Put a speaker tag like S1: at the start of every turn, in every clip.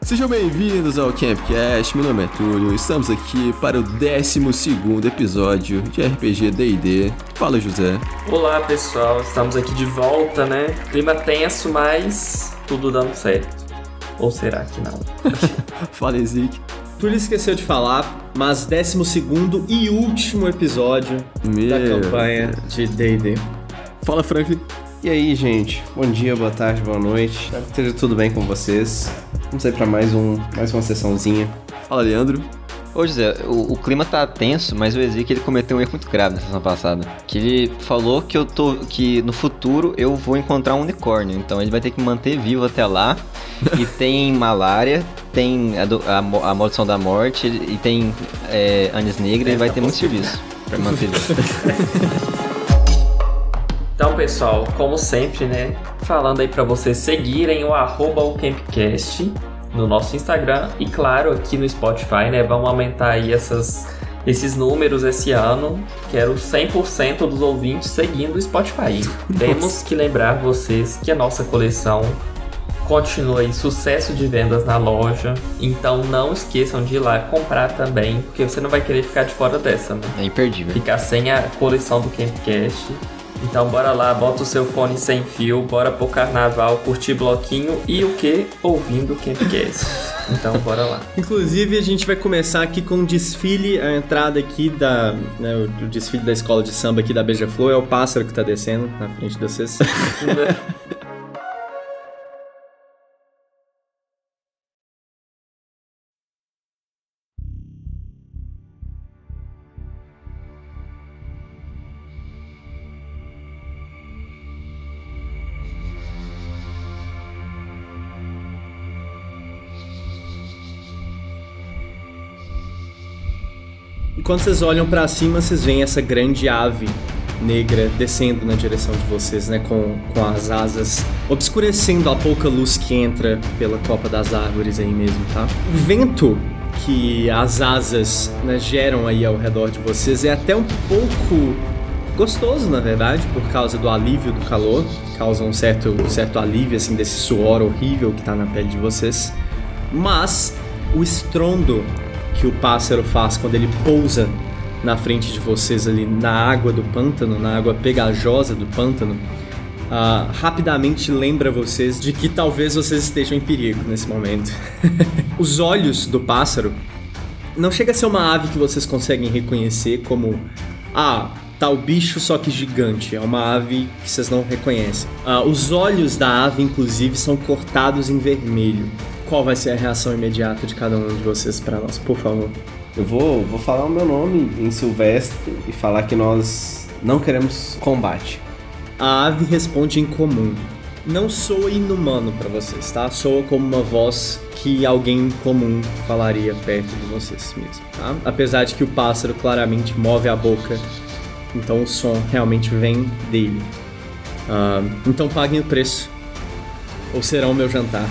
S1: Sejam bem-vindos ao Campcast, meu nome é Túlio, estamos aqui para o 12º episódio de RPG D&D. Fala, José.
S2: Olá, pessoal. Estamos aqui de volta, né? Clima tenso, mas tudo dando certo. Ou será que não?
S1: Fala, Ezik.
S3: Túlio esqueceu de falar, mas 12 e último episódio da
S1: Meu.
S3: campanha de DD.
S1: Fala, Franklin.
S4: E aí, gente? Bom dia, boa tarde, boa noite. Espero que esteja tudo bem com vocês. Vamos aí pra mais, um, mais uma sessãozinha.
S1: Fala, Leandro.
S5: Ô José, o, o clima tá tenso, mas o Ezequiel ele cometeu um erro muito grave na sessão passada. Que ele falou que eu tô. que no futuro eu vou encontrar um unicórnio. Então ele vai ter que manter vivo até lá. e tem malária, tem a, do- a mo- a maldição da morte e tem é, Anis Negra, ele vai
S3: tá
S5: ter muito serviço pra manter vivo.
S2: Então, pessoal, como sempre, né? Falando aí pra vocês seguirem o arroba o Campcast no nosso Instagram e, claro, aqui no Spotify, né? Vamos aumentar aí essas, esses números esse ano. Quero 100% dos ouvintes seguindo o Spotify. Temos que lembrar vocês que a nossa coleção continua em sucesso de vendas na loja. Então, não esqueçam de ir lá comprar também, porque você não vai querer ficar de fora dessa, né?
S5: É imperdível.
S2: ficar sem a coleção do Campcast. Então bora lá, bota o seu fone sem fio, bora pro carnaval, curtir bloquinho e o que? Ouvindo o Campcast. Então bora lá.
S3: Inclusive, a gente vai começar aqui com o desfile, a entrada aqui da. né, o, o desfile da escola de samba aqui da Beija-Flor é o pássaro que tá descendo na frente de vocês. E quando vocês olham pra cima, vocês veem essa grande ave negra descendo na direção de vocês, né? Com, com as asas obscurecendo a pouca luz que entra pela copa das árvores aí mesmo, tá? O vento que as asas né, geram aí ao redor de vocês é até um pouco gostoso, na verdade, por causa do alívio do calor. Causa um certo, certo alívio, assim, desse suor horrível que tá na pele de vocês. Mas o estrondo que o pássaro faz quando ele pousa na frente de vocês ali na água do pântano, na água pegajosa do pântano, ah, rapidamente lembra vocês de que talvez vocês estejam em perigo nesse momento. Os olhos do pássaro não chega a ser uma ave que vocês conseguem reconhecer como ah, tal bicho só que gigante. É uma ave que vocês não reconhecem. Ah, os olhos da ave, inclusive, são cortados em vermelho. Qual vai ser a reação imediata de cada um de vocês para nós, por favor?
S4: Eu vou, vou falar o meu nome em Silvestre e falar que nós não queremos combate.
S3: A ave responde em comum. Não soa inumano pra vocês, tá? Soa como uma voz que alguém comum falaria perto de vocês mesmo, tá? Apesar de que o pássaro claramente move a boca, então o som realmente vem dele. Ah, então paguem o preço, ou será o meu jantar.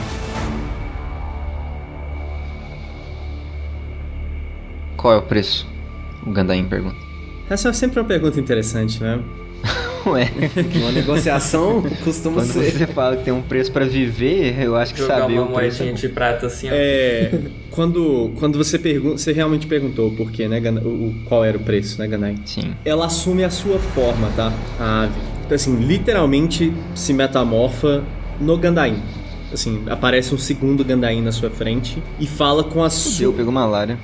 S5: Qual é o preço? O Gandaim pergunta.
S3: Essa é sempre uma pergunta interessante, né?
S5: Ué,
S4: Uma negociação costuma
S5: quando
S4: ser.
S5: você fala que tem um preço pra viver, eu acho que
S2: Jogar
S5: saber
S2: uma
S5: o preço.
S2: moedinha de prata assim, ó.
S3: É, quando, quando você pergunta, você realmente perguntou o porquê, né, Gana- o, o- qual era o preço, né, Ganai?
S5: Sim.
S3: ela assume a sua forma, tá? A ave. Então, assim, literalmente se metamorfa no Gandain. Assim, aparece um segundo Gandain na sua frente e fala com a
S5: Eu
S3: sua.
S5: pego malária.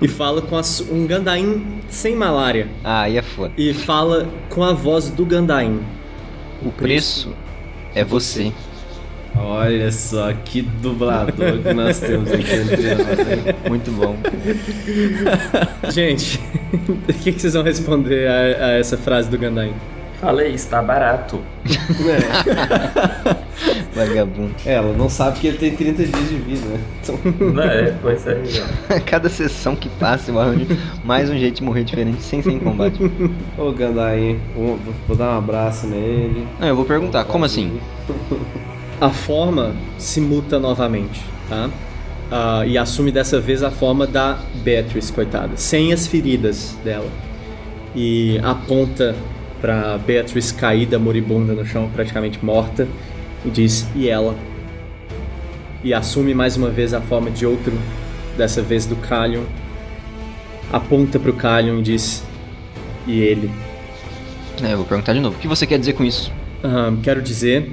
S3: E fala com a su... um Gandain sem malária.
S5: Ah, aí é foda.
S3: E fala com a voz do Gandain.
S5: O preço é você. Tá
S4: Olha só que dublador que nós temos aqui entre nós. hein?
S5: Muito bom.
S3: Gente, o que, que vocês vão responder a, a essa frase do Gandain?
S2: Falei, está barato.
S5: Vagabundo.
S4: É, Ela não sabe que ele tem 30 dias de vida, né? Então,
S2: né? Pois é, ó.
S5: Cada sessão que passa, eu arranjo mais um jeito de morrer diferente sem sem combate.
S4: ô Gandain, vou vou dar um abraço nele.
S5: Não, Ah, eu vou perguntar, como assim?
S3: A forma se muta novamente, tá? Ah, e assume dessa vez a forma da Beatrice, coitada, sem as feridas dela. E aponta pra Beatrice caída, moribunda no chão, praticamente morta, e diz: E ela? e assume mais uma vez a forma de outro, dessa vez do Kalion. Aponta pro Kalion e diz: E ele?
S5: É, eu vou perguntar de novo. O que você quer dizer com isso?
S3: Ahn, quero dizer,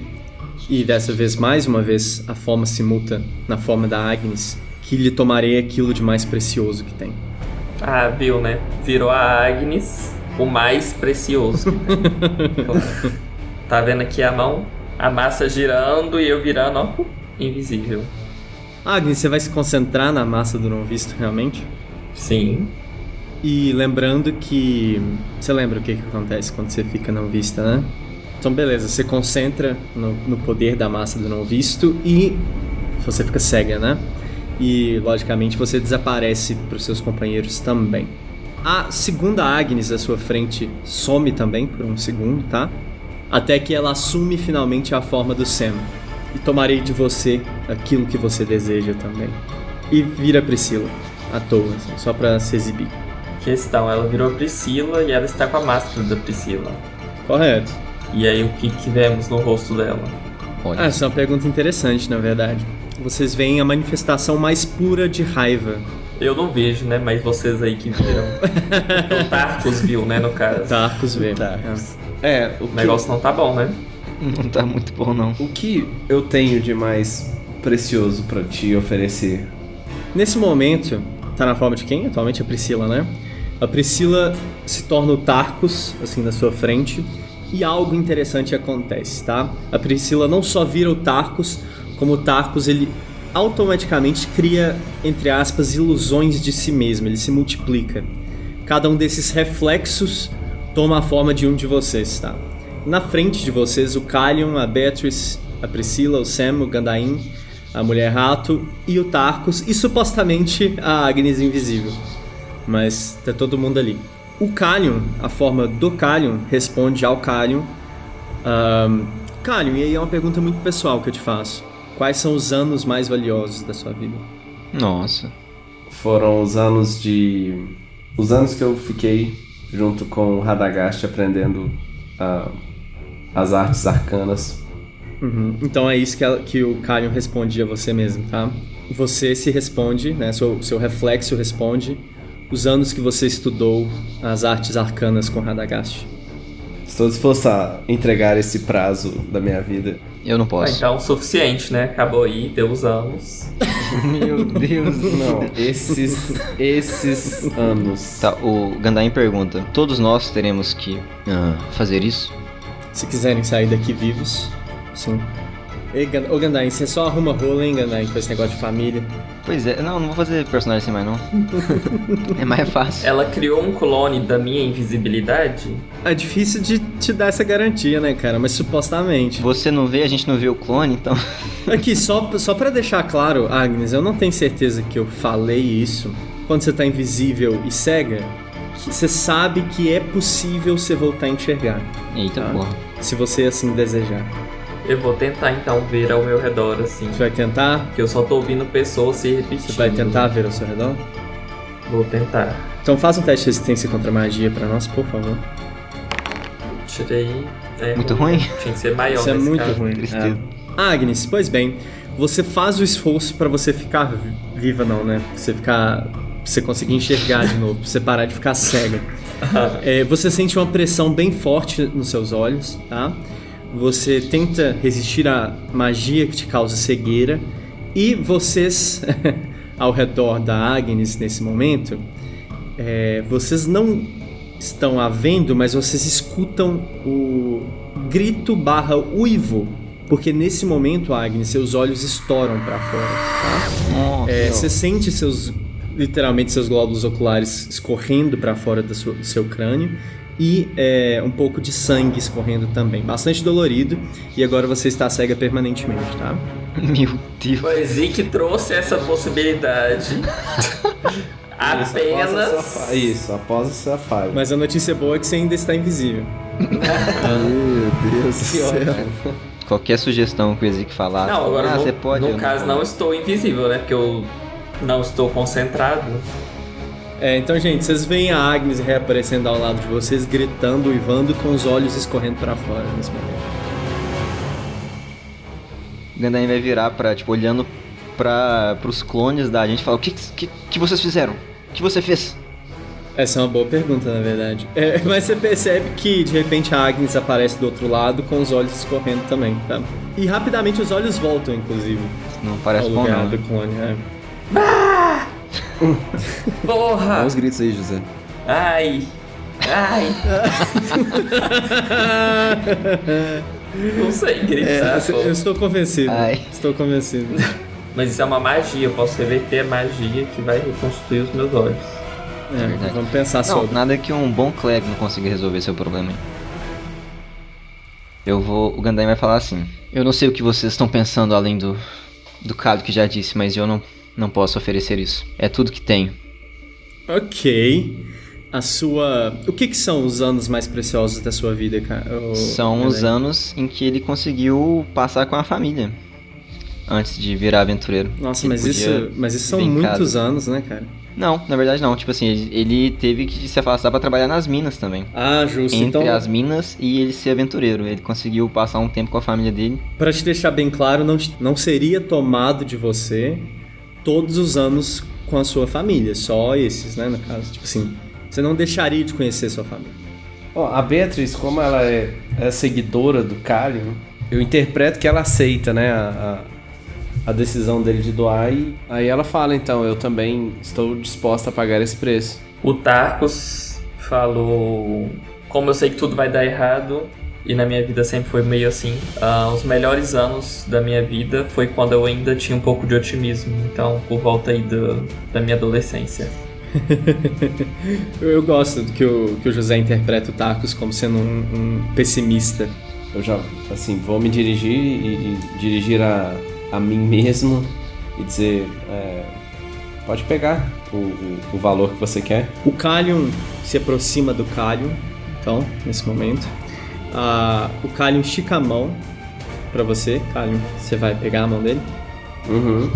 S3: e dessa vez mais uma vez a forma se muta na forma da Agnes, que lhe tomarei aquilo de mais precioso que tem.
S2: Ah, viu, né? Virou a Agnes, o mais precioso. Claro. Tá vendo aqui a mão? A massa girando e eu virando, ó. Invisível.
S3: Agnes, você vai se concentrar na massa do não visto realmente?
S2: Sim.
S3: E lembrando que. Você lembra o que, que acontece quando você fica não vista, né? Então, beleza, você concentra no, no poder da massa do não visto e você fica cega, né? E, logicamente, você desaparece para os seus companheiros também. A segunda Agnes à sua frente some também por um segundo, tá? Até que ela assume finalmente a forma do Sam. E tomarei de você aquilo que você deseja também. E vira Priscila, à toa, assim, só pra se exibir.
S2: Questão, ela virou a Priscila e ela está com a máscara da Priscila.
S3: Correto.
S2: E aí o que que vemos no rosto dela?
S5: Olha,
S3: Ah, essa é uma pergunta interessante, na verdade. Vocês veem a manifestação mais pura de raiva.
S2: Eu não vejo, né? Mas vocês aí que viram. o Tarkus viu, né, no caso.
S3: Tarkus vê.
S4: Tarkus.
S3: Ah.
S4: É, o
S2: O
S4: que,
S2: negócio não tá bom, né?
S5: não tá muito bom, não.
S4: o que eu tenho de mais precioso pra te oferecer?
S3: Nesse momento, tá na forma de quem? Atualmente a Priscila, né? A Priscila se torna o Tarkus, assim, na sua frente, e algo interessante acontece, tá? A Priscila não só vira o Tarkus, como o Tarkus ele automaticamente cria, entre aspas, ilusões de si mesmo, ele se multiplica. Cada um desses reflexos toma a forma de um de vocês, tá? Na frente de vocês, o Kalion, a Beatrice, a Priscila, o Sam, o Gandain, a Mulher Rato e o Tarkus e supostamente a Agnes Invisível. Mas tá todo mundo ali. O Kalion, a forma do Kalion, responde ao Kalion. Um, Kalion, e aí é uma pergunta muito pessoal que eu te faço. Quais são os anos mais valiosos da sua vida?
S5: Nossa.
S4: Foram os anos de. Os anos que eu fiquei junto com o Radagast aprendendo ah, as artes arcanas.
S3: Uhum. Então é isso que, ela- que o Kalion responde a você mesmo, tá? Você se responde, né? Seu, seu reflexo responde os anos que você estudou as artes arcanas com Radagast.
S4: Estou disposto a entregar esse prazo da minha vida.
S5: Eu não
S2: Ah,
S5: posso.
S2: então, o suficiente, né? Acabou aí, deu os anos.
S5: Meu Deus.
S4: Não, esses. esses anos.
S5: Tá, o Gandain pergunta: Todos nós teremos que ah, fazer isso?
S3: Se quiserem sair daqui vivos, sim. Ei, Gan- Ô Gandain, você só arruma rola, hein, Gandain, com esse negócio de família.
S5: Pois é, não, não vou fazer personagem assim mais não. é mais fácil.
S2: Ela criou um clone da minha invisibilidade?
S3: É difícil de te dar essa garantia, né, cara? Mas supostamente.
S5: Você não vê, a gente não vê o clone, então.
S3: Aqui, só, só para deixar claro, Agnes, eu não tenho certeza que eu falei isso. Quando você tá invisível e cega, que você sabe que é possível você voltar a enxergar.
S5: Eita
S2: Ah.
S3: Tá.
S5: porra.
S3: Se você assim desejar.
S2: Eu vou tentar, então, ver ao meu redor, assim.
S3: Você vai tentar?
S2: Porque eu só tô ouvindo pessoas se repetindo.
S3: Você vai tentar ver ao seu redor?
S2: Vou tentar.
S3: Então faça um teste de resistência contra a magia para nós, por favor.
S2: Tirei... é,
S5: Muito ruim?
S2: Tinha que ser maior
S3: Isso é
S2: nesse
S3: muito
S2: caso.
S3: ruim.
S5: Tristeza.
S3: É. Agnes, pois bem, você faz o esforço pra você ficar vi- viva, não, né? Pra Você ficar, pra você conseguir enxergar de novo, pra você parar de ficar cega. É, você sente uma pressão bem forte nos seus olhos, tá? Você tenta resistir à magia que te causa cegueira e vocês ao redor da Agnes nesse momento, é, vocês não estão a vendo, mas vocês escutam o grito barra uivo, porque nesse momento, Agnes, seus olhos estouram pra fora.
S5: Nossa.
S3: É, você sente seus, literalmente, seus glóbulos oculares escorrendo pra fora da sua- do seu crânio e é, um pouco de sangue escorrendo também, bastante dolorido. E agora você está cega permanentemente, tá?
S5: Meu Deus.
S2: O Ezik trouxe essa possibilidade.
S4: Após a
S2: Apenas.
S4: sua fa- Isso, após a sua falha.
S3: Mas a notícia boa é que você ainda está invisível.
S1: Meu Deus do
S4: Que ótimo.
S1: céu.
S5: Qualquer sugestão que o Ezik falar.
S2: Não, agora
S5: ah,
S2: no,
S5: você pode. eu
S2: no caso não estou invisível, né? Porque eu não estou concentrado.
S3: É, então, gente, vocês veem a Agnes reaparecendo ao lado de vocês, gritando, uivando, com os olhos escorrendo pra fora nesse momento.
S5: O Gandain vai virar pra, tipo, olhando para os clones da gente falar: o que, que, que vocês fizeram? O que você fez?
S3: Essa é uma boa pergunta, na verdade. É, mas você percebe que de repente a Agnes aparece do outro lado com os olhos escorrendo também, tá? E rapidamente os olhos voltam, inclusive.
S5: Não parece
S2: Tá
S3: ao
S5: bom,
S3: lugar
S5: não. né?
S3: do clone, é.
S1: Dá
S2: Porra!
S1: uns gritos aí, José.
S2: Ai! Ai! Não sei gritar,
S3: É,
S2: pô.
S3: eu estou convencido.
S5: Ai.
S3: Estou convencido.
S2: Mas isso é uma magia, eu posso reverter a magia que vai reconstituir os meus olhos.
S3: É,
S5: verdade.
S3: vamos pensar
S5: Não,
S3: sobre.
S5: nada que um bom clérigo não consiga resolver seu problema. hein? Eu vou. O Gandai vai falar assim: Eu não sei o que vocês estão pensando além do. do Cado que já disse, mas eu não, não posso oferecer isso. É tudo que tenho.
S3: Ok. A sua. O que, que são os anos mais preciosos da sua vida, cara? Ô,
S5: São os
S3: Helena?
S5: anos em que ele conseguiu passar com a família. Antes de virar aventureiro.
S3: Nossa,
S5: Ele
S3: mas
S5: podia
S3: isso, mas isso são
S5: viver em
S3: muitos
S5: casa.
S3: anos, né, cara?
S5: Não, na verdade não. Tipo assim, ele, ele teve que se afastar pra trabalhar nas minas também.
S3: Ah, justo.
S5: Entre
S3: então,
S5: as minas e ele ser aventureiro. Ele conseguiu passar um tempo com a família dele.
S3: Pra te deixar bem claro, não, te- não seria tomado de você todos os anos com a sua família, só esses, né, no caso. Tipo assim, você não deixaria de conhecer sua família.
S4: Bom, a Beatriz, como ela é, é seguidora do Kalion, eu interpreto que ela aceita, né, a, a, a decisão dele de doar e aí ela fala, então, eu também estou disposta a pagar esse preço.
S2: O Tarkus falou: Como eu sei que tudo vai dar errado, e na minha vida sempre foi meio assim, ah, os melhores anos da minha vida foi quando eu ainda tinha um pouco de otimismo. Então, por volta aí do- da minha adolescência.
S3: Eu, eu gosto que o, que o José interpreta o Tarkus como sendo um, um pessimista.
S4: Eu já, assim, vou me dirigir e, e dirigir a, a mim mesmo e dizer, é, pode pegar o, o, o valor que você quer.
S3: O Kalion se aproxima do Kalion, então, nesse momento. Ah, o Kalion estica a mão pra você, Kalion. Você vai pegar a mão dele?
S4: Uhum.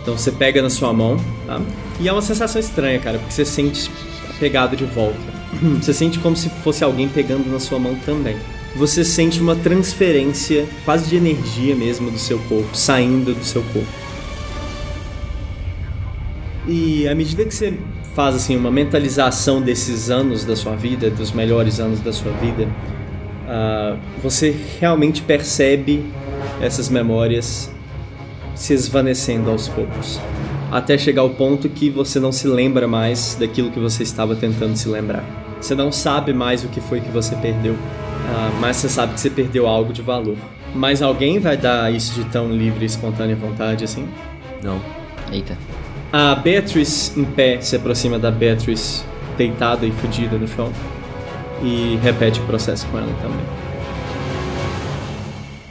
S3: Então você pega na sua mão, tá? E é uma sensação estranha, cara, porque você sente pegado de volta. Você sente como se fosse alguém pegando na sua mão também. Você sente uma transferência quase de energia mesmo do seu corpo, saindo do seu corpo. E à medida que você faz assim uma mentalização desses anos da sua vida, dos melhores anos da sua vida, ah, você realmente percebe essas memórias se esvanecendo aos poucos, até chegar ao ponto que você não se lembra mais daquilo que você estava tentando se lembrar. Você não sabe mais o que foi que você perdeu, ah, mas você sabe que você perdeu algo de valor. Mas alguém vai dar isso de tão livre e espontânea vontade assim?
S1: Não.
S5: Eita.
S3: A Beatriz em pé se aproxima da Beatriz deitada e fudida no chão e repete o processo com ela também.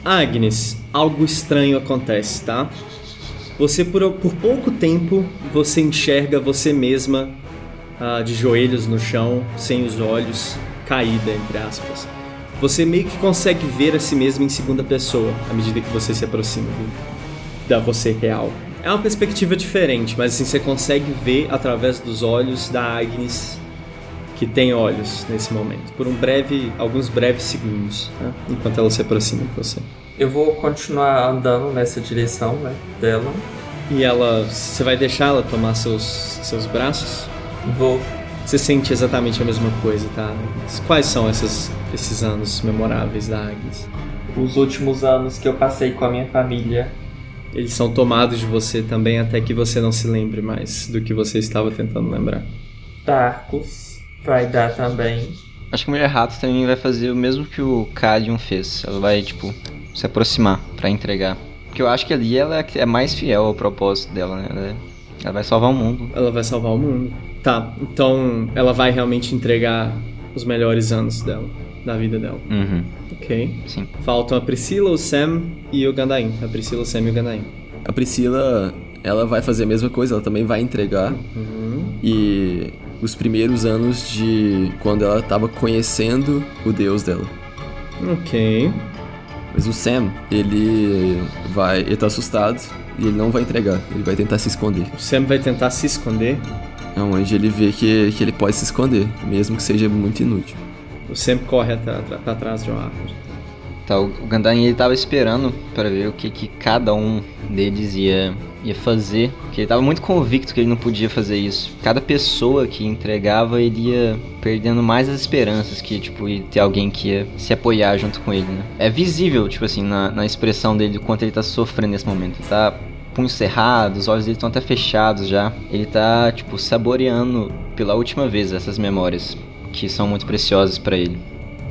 S3: Agnes, algo estranho acontece, tá? Você por, por pouco tempo você enxerga você mesma ah, de joelhos no chão, sem os olhos, caída entre aspas. Você meio que consegue ver a si mesma em segunda pessoa à medida que você se aproxima do, da você real. É uma perspectiva diferente, mas assim, você consegue ver através dos olhos da Agnes, que tem olhos nesse momento, por um breve, alguns breves segundos, né? enquanto ela se aproxima de você.
S2: Eu vou continuar andando nessa direção né, dela.
S3: E ela, você vai deixar ela tomar seus, seus braços?
S2: Vou.
S3: Você sente exatamente a mesma coisa, tá? Quais são essas, esses anos memoráveis da Agnes?
S2: Os últimos anos que eu passei com a minha família.
S3: Eles são tomados de você também até que você não se lembre mais do que você estava tentando lembrar.
S2: Tarkus vai dar também.
S5: Acho que a mulher rato também vai fazer o mesmo que o Kalion fez. Ela vai, tipo, se aproximar pra entregar. Porque eu acho que ali ela é mais fiel ao propósito dela, né? Ela, é- ela vai salvar o mundo.
S3: Ela vai salvar o mundo. Tá, então ela vai realmente entregar os melhores anos dela, da vida dela.
S5: Uhum,
S3: Ok.
S5: sim.
S3: Faltam a Priscila, o Sam e o Gandain. A Priscila, o Sam e o Gandain.
S1: A Priscila, ela vai fazer a mesma coisa, ela também vai entregar.
S3: Uhum.
S1: E os primeiros anos de quando ela tava conhecendo o deus dela.
S3: Ok.
S1: Mas o Sam, ele vai. Ele tá assustado e ele não vai entregar. Ele vai tentar se esconder.
S3: O Sam vai tentar se esconder.
S1: É onde ele vê que, que ele pode se esconder, mesmo que seja muito inútil.
S3: O Sam corre atra- atra- pra trás de uma árvore.
S5: Tá, o o Gandain ele tava esperando pra ver o que, que cada um deles ia, ia fazer, porque ele tava muito convicto que ele não podia fazer isso. Cada pessoa que entregava, ele ia perdendo mais as esperanças que, tipo, ia ter alguém que ia se apoiar junto com ele, né? É visível, tipo assim, na, na expressão dele, o quanto ele tá sofrendo nesse momento. Ele tá punhos cerrados, os olhos dele estão até fechados já. Ele tá, tipo, saboreando pela última vez essas memórias, que são muito preciosas pra ele.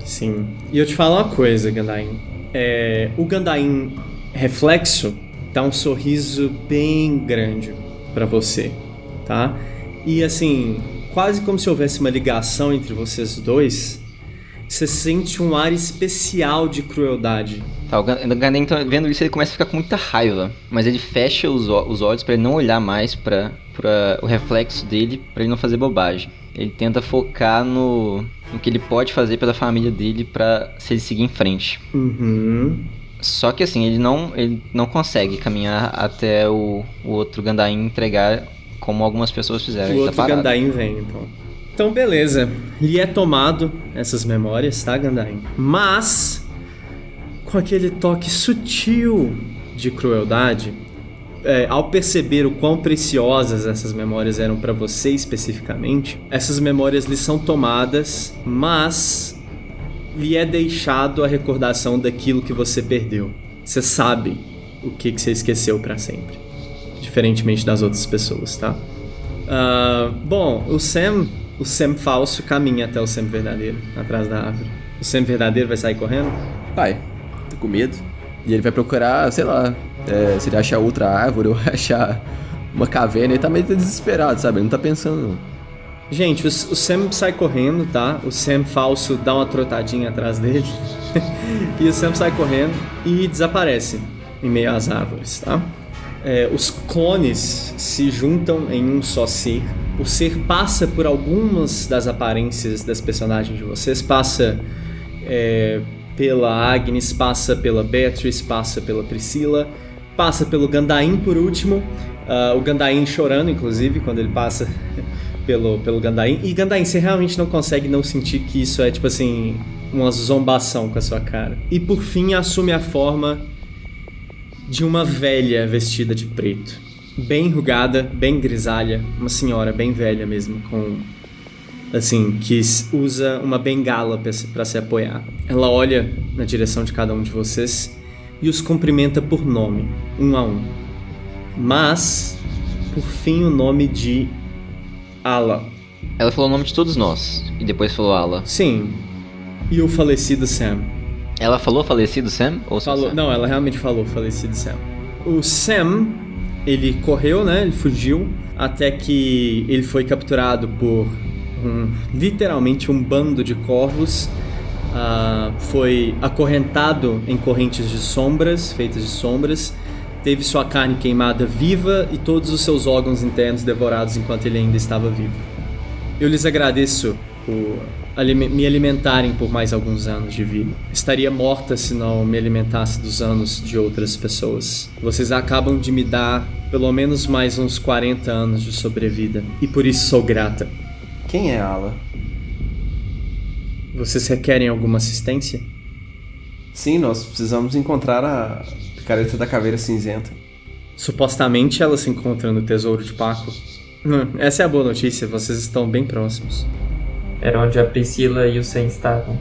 S3: Sim. E eu te falo uma coisa, Gandain. É, o Gandain reflexo dá um sorriso bem grande pra você, tá? E assim, quase como se houvesse uma ligação entre vocês dois, você sente um ar especial de crueldade.
S5: Tá, o Gan- o Ganem tá vendo isso, ele começa a ficar com muita raiva, mas ele fecha os, ó- os olhos pra ele não olhar mais pra, pra o reflexo dele, pra ele não fazer bobagem. Ele tenta focar no, no que ele pode fazer pela família dele pra se ele seguir em frente.
S3: Uhum.
S5: Só que assim, ele não, ele não consegue caminhar até o, o outro Gandain entregar como algumas pessoas fizeram.
S3: O
S5: ele tá
S3: outro
S5: parado.
S3: Gandain vem, então. Então, beleza. Lhe é tomado essas memórias, tá, Gandain? Mas, com aquele toque sutil de crueldade, é, ao perceber o quão preciosas essas memórias eram pra você especificamente, essas memórias lhe são tomadas, mas lhe é deixado a recordação daquilo que você perdeu. Você sabe o que, que você esqueceu pra sempre, diferentemente das outras pessoas, tá? Ah, bom, o Sam, o Sam falso caminha até o Sam verdadeiro, atrás da árvore. O Sam verdadeiro vai sair correndo?
S1: Vai, tô com medo. E ele vai procurar, sei lá, é, se ele achar outra árvore ou achar uma caverna, ele tá meio desesperado, sabe? Ele não tá pensando. não.
S3: Gente, o, o Sam sai correndo, tá? O Sam falso dá uma trotadinha atrás dele. e o Sam sai correndo e desaparece em meio às árvores, tá? É, os clones se juntam em um só ser. O ser passa por algumas das aparências das personagens de vocês, passa é, pela Agnes, passa pela Beatrice, passa pela Priscila, passa pelo Gandain por último. Ah, o Gandain chorando, inclusive, quando ele passa pelo, pelo Gandain. E Gandain, você realmente não consegue não sentir que isso é, tipo assim, uma zombação com a sua cara. E por fim assume a forma de uma velha vestida de preto. Bem enrugada, bem grisalha, uma senhora bem velha mesmo, com assim, que s- usa uma bengala pra se- pra se apoiar. Ela olha na direção de cada um de vocês e os cumprimenta por nome, um a um. Mas, por fim, o nome de Ala.
S5: Ela falou o nome de todos nós, e depois falou Ala.
S3: Sim. E o falecido Sam.
S5: Ela falou falecido Sam? Ou só
S3: Falou,
S5: Sam?
S3: não, ela realmente falou, falecido Sam. O Sam, ele correu, né? Ele fugiu até que ele foi capturado por um- literalmente um bando de corvos. Ah, foi acorrentado em correntes de sombras, feitas de sombras. Teve sua carne queimada viva e todos os seus órgãos internos devorados enquanto ele ainda estava vivo. Eu lhes agradeço por alime- me alimentarem por mais alguns anos de vida. Estaria morta se não me alimentasse dos anos de outras pessoas. Vocês acabam de me dar pelo menos mais uns 40 anos de sobrevida e por isso sou grata.
S4: Quem é Ala?
S3: Vocês requerem alguma assistência?
S4: Sim, nós precisamos encontrar a picareta da caveira cinzenta.
S3: Supostamente ela se encontra no tesouro de Paco. Hum, Essa é a boa notícia, vocês estão bem próximos.
S2: Era onde a Priscila e o Sam estavam.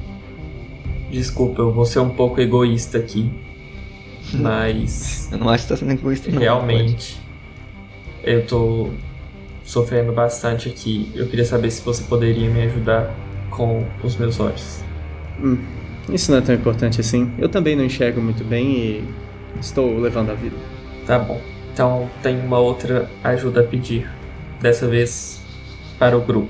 S2: Desculpa, eu vou ser um pouco egoísta aqui. Mas
S5: Eu não acho que tá sendo egoísta, não.
S2: realmente eu tô sofrendo bastante aqui. Eu queria saber se você poderia me ajudar com os meus olhos.
S3: Isso não é tão importante assim. Eu também não enxergo muito bem e estou levando a vida.
S2: Tá bom. Então tem uma outra ajuda a pedir. Dessa vez para o grupo.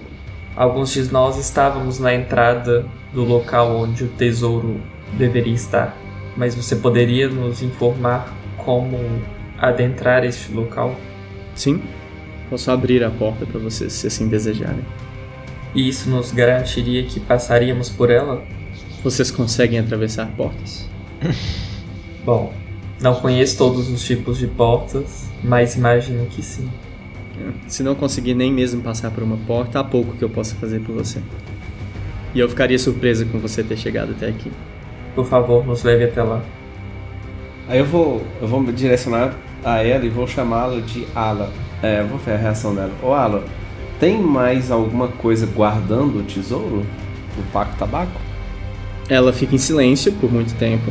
S2: Alguns de nós estávamos na entrada do local onde o tesouro deveria estar. Mas você poderia nos informar como adentrar este local?
S3: Sim. Posso abrir a porta para vocês, se assim desejarem.
S2: E isso nos garantiria que passaríamos por ela?
S3: Vocês conseguem atravessar portas?
S2: Bom, não conheço todos os tipos de portas, mas imagino que sim.
S3: É. Se não conseguir nem mesmo passar por uma porta, há pouco que eu possa fazer por você. E eu ficaria surpresa com você ter chegado até aqui.
S2: Por favor, nos leve até lá.
S4: Aí eu vou, eu vou me direcionar a ela e vou chamá-la de Ala. É, vou ver a reação dela. Ô Ala, tem mais alguma coisa guardando o tesouro? O Paco Tabaco?
S3: Ela fica em silêncio por muito tempo.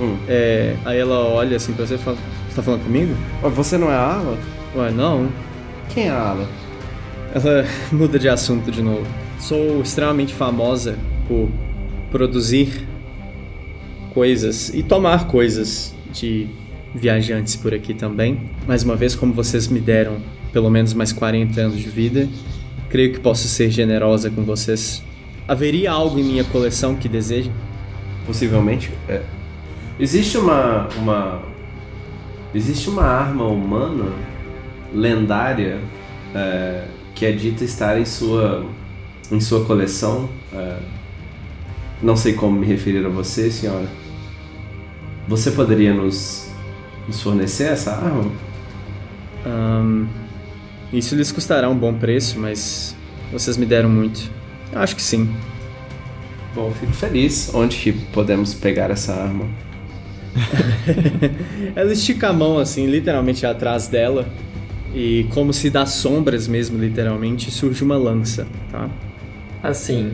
S4: Hum.
S3: É, aí ela olha assim pra você e fala: Você tá falando comigo?
S4: Ó, Você não é a Ala?
S3: Ué, não.
S4: Quem é a Ala?
S3: Ela muda de assunto de novo. Sou extremamente famosa por produzir coisas e tomar coisas de viajantes por aqui também. Mais uma vez, como vocês me deram pelo menos mais 40 anos de vida, creio que posso ser generosa com vocês. Haveria algo em minha coleção que desejem?
S4: Possivelmente. É. Existe uma, uma. Existe uma arma humana lendária é, que é dita estar em sua, em sua coleção. é. não sei como me referir a você, senhora. Você poderia nos, nos fornecer essa arma?
S3: Isso lhes custará um bom preço, mas vocês me deram muito. Eu acho que sim.
S4: Bom, fico feliz. Onde que podemos pegar essa arma?
S3: Ela estica a mão assim, literalmente atrás dela, e como se das sombras mesmo, literalmente, surge uma lança, tá?
S2: Assim,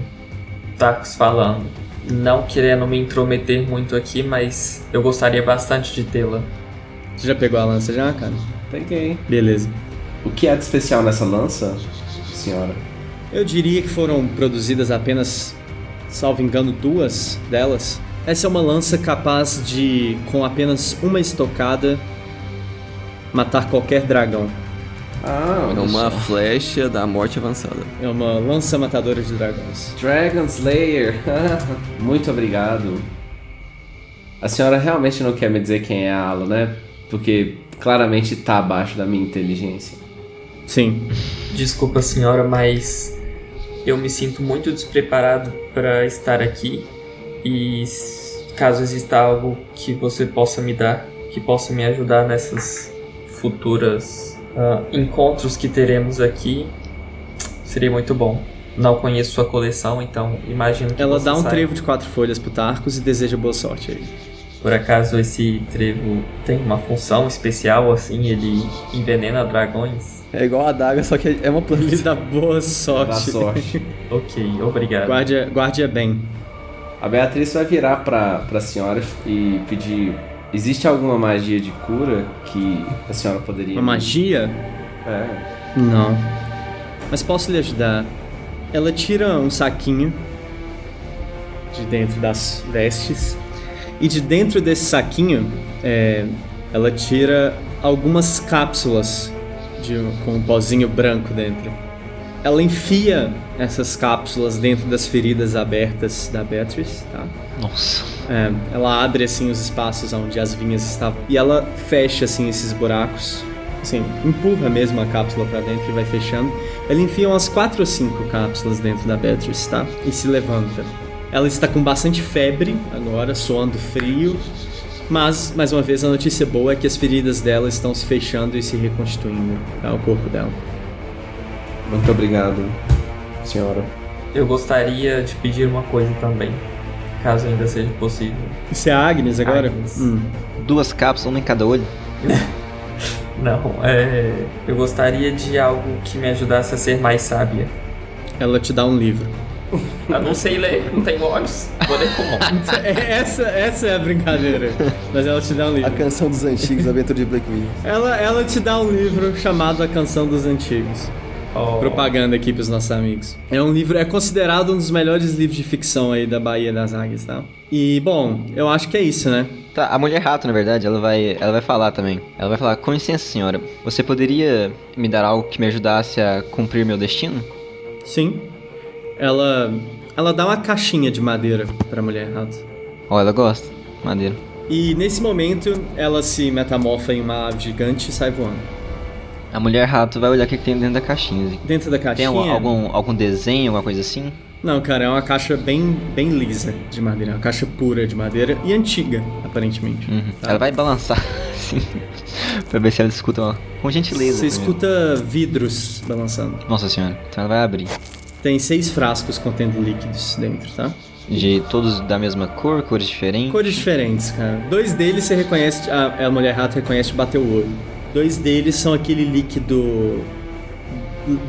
S2: Tacos falando. Não querendo me intrometer muito aqui, mas eu gostaria bastante de tê-la.
S3: Você já pegou a lança já, cara?
S4: Peguei.
S3: Beleza.
S4: O que há de especial nessa lança, senhora?
S3: Eu diria que foram produzidas apenas, salvo engano, duas delas. Essa é uma lança capaz de, com apenas uma estocada, matar qualquer dragão.
S4: Ah,
S1: É uma flecha da morte avançada.
S3: É uma lança matadora de dragões.
S4: Dragon Slayer. Muito obrigado. A senhora realmente não quer me dizer quem é a Alo, né? Porque claramente tá abaixo da minha inteligência.
S3: Sim.
S2: Desculpa, senhora, mas eu me sinto muito despreparado para estar aqui. E s- caso exista algo que você possa me dar, que possa me ajudar nessas futuras ah, encontros que teremos aqui, seria muito bom. Não conheço sua coleção, então imagino que
S3: Ela
S2: você
S3: dá um
S2: saiba.
S3: trevo de quatro folhas pro Tarcos e deseja boa sorte aí.
S2: Por acaso esse trevo tem uma função especial assim? Ele envenena dragões?
S1: É igual a daga, só que é uma
S3: Ele
S1: planta.
S3: dá boa
S4: Dá
S3: Tá sorte.
S4: sorte.
S2: Ok, obrigado.
S3: Guarde, guarde é bem.
S4: A Beatriz vai virar pra, pra senhora e pedir: existe alguma magia de cura que a senhora poderia.
S3: Uma magia?
S4: É.
S3: Não. Mas posso lhe ajudar. Ela tira um saquinho de dentro das vestes. E de dentro desse saquinho, é, ela tira algumas cápsulas de, com um pozinho branco dentro. Ela enfia essas cápsulas dentro das feridas abertas da Beatrice, tá?
S5: Nossa.
S3: É, ela abre assim os espaços onde as vinhas estavam e ela fecha assim esses buracos. Assim, empurra mesmo a cápsula pra dentro e vai fechando. Ela enfia umas quatro ou cinco cápsulas dentro da Beatrice, tá? E se levanta. Ela está com bastante febre agora, suando frio. Mas, mais uma vez, a notícia boa é que as feridas dela estão se fechando e se reconstituindo, tá? O corpo dela.
S4: Muito obrigado, senhora.
S2: Eu gostaria de pedir uma coisa também, caso ainda seja possível.
S3: Isso é a Agnes agora?
S2: Agnes.
S3: Hum.
S5: Duas cápsulas, uma em cada olho.
S2: Não, é. Eu gostaria de algo que me ajudasse a ser mais sábia.
S3: Ela te dá um livro.
S2: Eu não sei ler, não tenho olhos, vou ler com mão.
S3: essa, essa é a brincadeira. Mas ela te dá um livro.
S1: A canção dos antigos, a aventura de Black Widow.
S3: Ela, ela te dá um livro chamado A Canção dos Antigos.
S2: Oh,
S3: Propaganda aqui pros nossos amigos. É um livro, é considerado um dos melhores livros de ficção aí da Bahia das Águias, tá? E, bom, eu acho que é isso, né?
S5: Tá, a mulher rato, na verdade, ela vai, ela vai falar também. Ela vai falar: "Com licença, senhora. Você poderia me dar algo que me ajudasse a cumprir meu destino?"
S3: Sim. Ela. Ela dá uma caixinha de madeira pra mulher rato.
S5: Ó, ela gosta. Maneiro.
S3: E nesse momento, ela se metamorfa em uma ave gigante e sai voando.
S5: A mulher rato vai olhar o que, que tem dentro da caixinha. assim.
S3: Dentro da
S5: Tem
S3: caixinha.
S5: algum, algum, algum desenho, alguma coisa assim?
S3: Não, cara, é uma caixa bem, bem lisa de madeira. Uma caixa pura de madeira e antiga, aparentemente.
S5: Uhum.
S3: Tá.
S5: Ela vai balançar, assim, pra ver se ela escuta, ó. Com gentileza.
S3: Você
S5: primeiro.
S3: escuta vidros balançando.
S5: Nossa senhora, então ela vai abrir.
S3: Tem seis frascos contendo líquidos dentro, tá?
S5: De todos da mesma cor, cores diferentes.
S3: Cores diferentes, cara. Dois deles você reconhece, a, a mulher rato reconhece de bater o olho. Dois deles são aquele líquido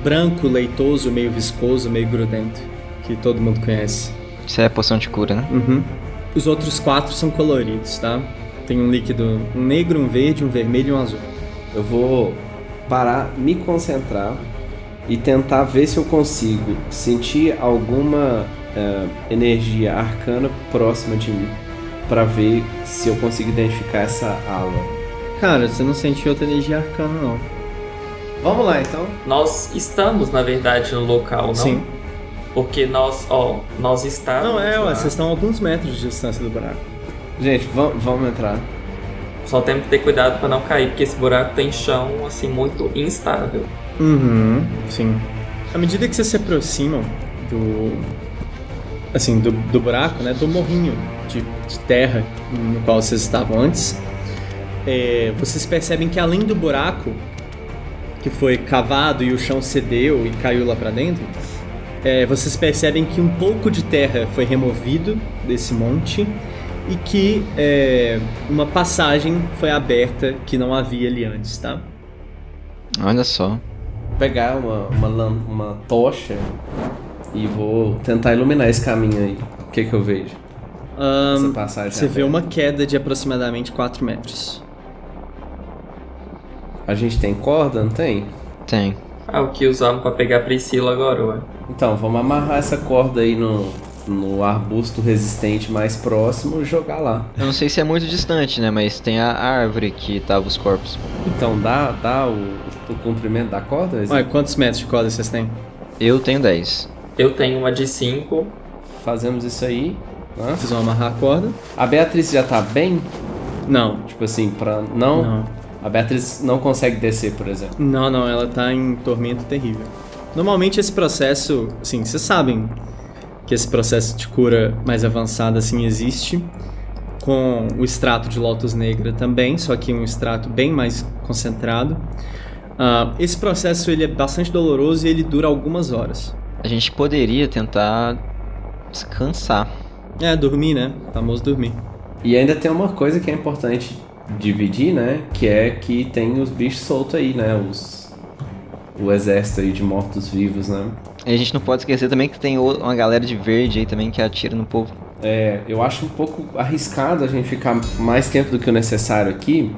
S3: branco, leitoso, meio viscoso, meio grudento, que todo mundo conhece.
S5: Isso é poção de cura, né?
S3: Uhum. Os outros quatro são coloridos, tá? Tem um líquido, um negro, um verde, um vermelho e um azul.
S4: Eu vou parar, me concentrar e tentar ver se eu consigo sentir alguma eh, energia arcana próxima de mim Pra ver se eu consigo identificar essa aula.
S3: Cara, você não sente outra energia arcana, não.
S4: Vamos lá então.
S2: Nós estamos, na verdade, no local, não?
S3: Sim.
S2: Porque nós, ó, nós estávamos.
S3: Não, é,
S2: lá.
S3: ué, vocês estão a alguns metros de distância do buraco.
S4: Gente, vam- vamos entrar.
S2: Só temos que ter cuidado pra não cair, porque esse buraco tem chão, assim, muito instável.
S3: Uhum, sim. À medida que vocês se aproximam do. Assim, do, do buraco, né? Do morrinho de, de terra no qual vocês estavam antes, é, vocês percebem que além do buraco que foi cavado e o chão cedeu e caiu lá pra dentro, é, vocês percebem que um pouco de terra foi removido desse monte e que é, uma passagem foi aberta que não havia ali antes, tá?
S5: Olha só.
S4: Pegar uma, uma, lan- uma tocha e vou tentar iluminar esse caminho aí. O que, que eu vejo?
S3: Ahn,
S4: Essa passagem.
S3: Hum, Você vê
S4: aberta.
S3: uma queda de aproximadamente 4 metros.
S4: A gente tem corda, não tem?
S5: Tem.
S2: Ah, o que usavam pra pegar a Priscila agora, ué.
S4: Então, vamos amarrar essa corda aí no, no arbusto resistente mais próximo e jogar lá.
S5: Eu não sei se é muito distante, né? Mas tem a árvore que tava os corpos.
S4: Então, dá, dá o, o comprimento da corda?
S3: Olha, quantos metros de corda vocês têm?
S5: Eu tenho 10.
S2: Eu tenho uma de 5.
S4: Fazemos isso aí. né?
S3: Vocês vão amarrar a corda?
S4: A Beatriz já tá bem?
S3: Não.
S4: Tipo assim, pra. Não?
S3: Não.
S4: A Beatriz não consegue descer, por exemplo.
S3: Não, não, ela tá em tormento terrível. Normalmente esse processo, assim, vocês sabem que esse processo de cura mais avançada assim existe com o extrato de lotus negra também, só que um extrato bem mais concentrado. Ah, esse processo ele é bastante doloroso e ele dura algumas horas.
S5: A gente poderia tentar descansar.
S3: É, dormir, né? Famoso dormir.
S4: E ainda tem uma coisa que é importante dividir, né? Que é que tem os bichos soltos aí, né? Os. O exército aí de mortos-vivos, né?
S5: E a gente não pode esquecer também que tem o- uma galera de verde aí também que atira no povo.
S4: É, eu acho um pouco arriscado a gente ficar mais tempo do que o necessário aqui,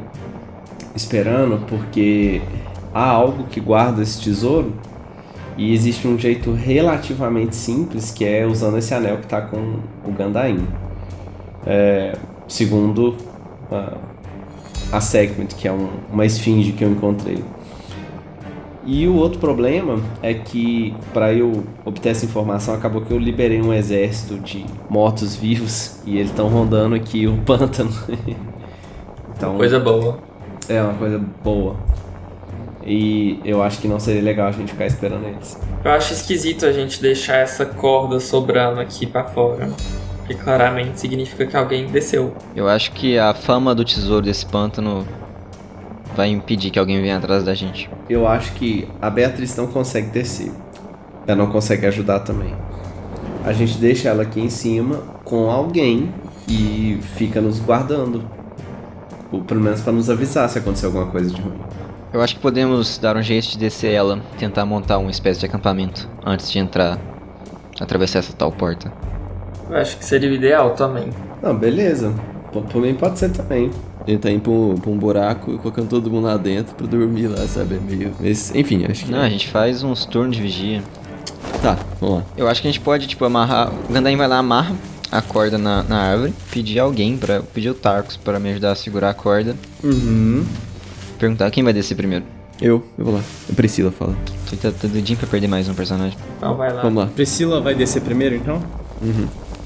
S4: esperando, porque há algo que guarda esse tesouro e existe um jeito relativamente simples que é usando esse anel que tá com o Gandain. É, segundo ah, a Segment, que é um- uma esfinge que eu encontrei. E o outro problema é que, para eu obter essa informação, acabou que eu liberei um exército de mortos-vivos e eles estão rondando aqui o pântano. então,
S2: Coisa boa.
S4: é uma coisa boa. E eu acho que não seria legal a gente ficar esperando eles.
S2: Eu acho esquisito a gente deixar essa corda sobrando aqui pra fora. Que claramente significa que alguém desceu.
S5: Eu acho que a fama do tesouro desse pântano vai impedir que alguém venha atrás da gente.
S4: Eu acho que a Beatriz não consegue descer. Ela não consegue ajudar também. A gente deixa ela aqui em cima com alguém e fica nos guardando. Ou pelo menos para nos avisar se acontecer alguma coisa de ruim.
S5: Eu acho que podemos dar um jeito de descer ela, tentar montar uma espécie de acampamento antes de entrar, atravessar essa tal porta.
S2: Eu acho que seria o ideal também.
S4: Não, beleza. P- Por mim pode ser também.
S1: Tentar ir pra um, pra um buraco, colocando todo mundo lá dentro pra dormir lá, sabe? É meio. Mas, enfim, acho que.
S5: Não, a gente faz uns turnos de vigia.
S1: Tá, vamos lá.
S5: Eu acho que a gente pode, tipo, amarrar. O Gandain vai lá, amarra a corda na, na árvore, pedir alguém para pedir o Tarcos para me ajudar a segurar a corda.
S3: Uhum.
S5: Perguntar quem vai descer primeiro.
S1: Eu, eu vou lá. A Priscila fala.
S5: Tô tentando tô doidinho pra perder mais um personagem.
S2: Então vai lá.
S1: Vamos lá.
S3: Priscila vai descer primeiro, então?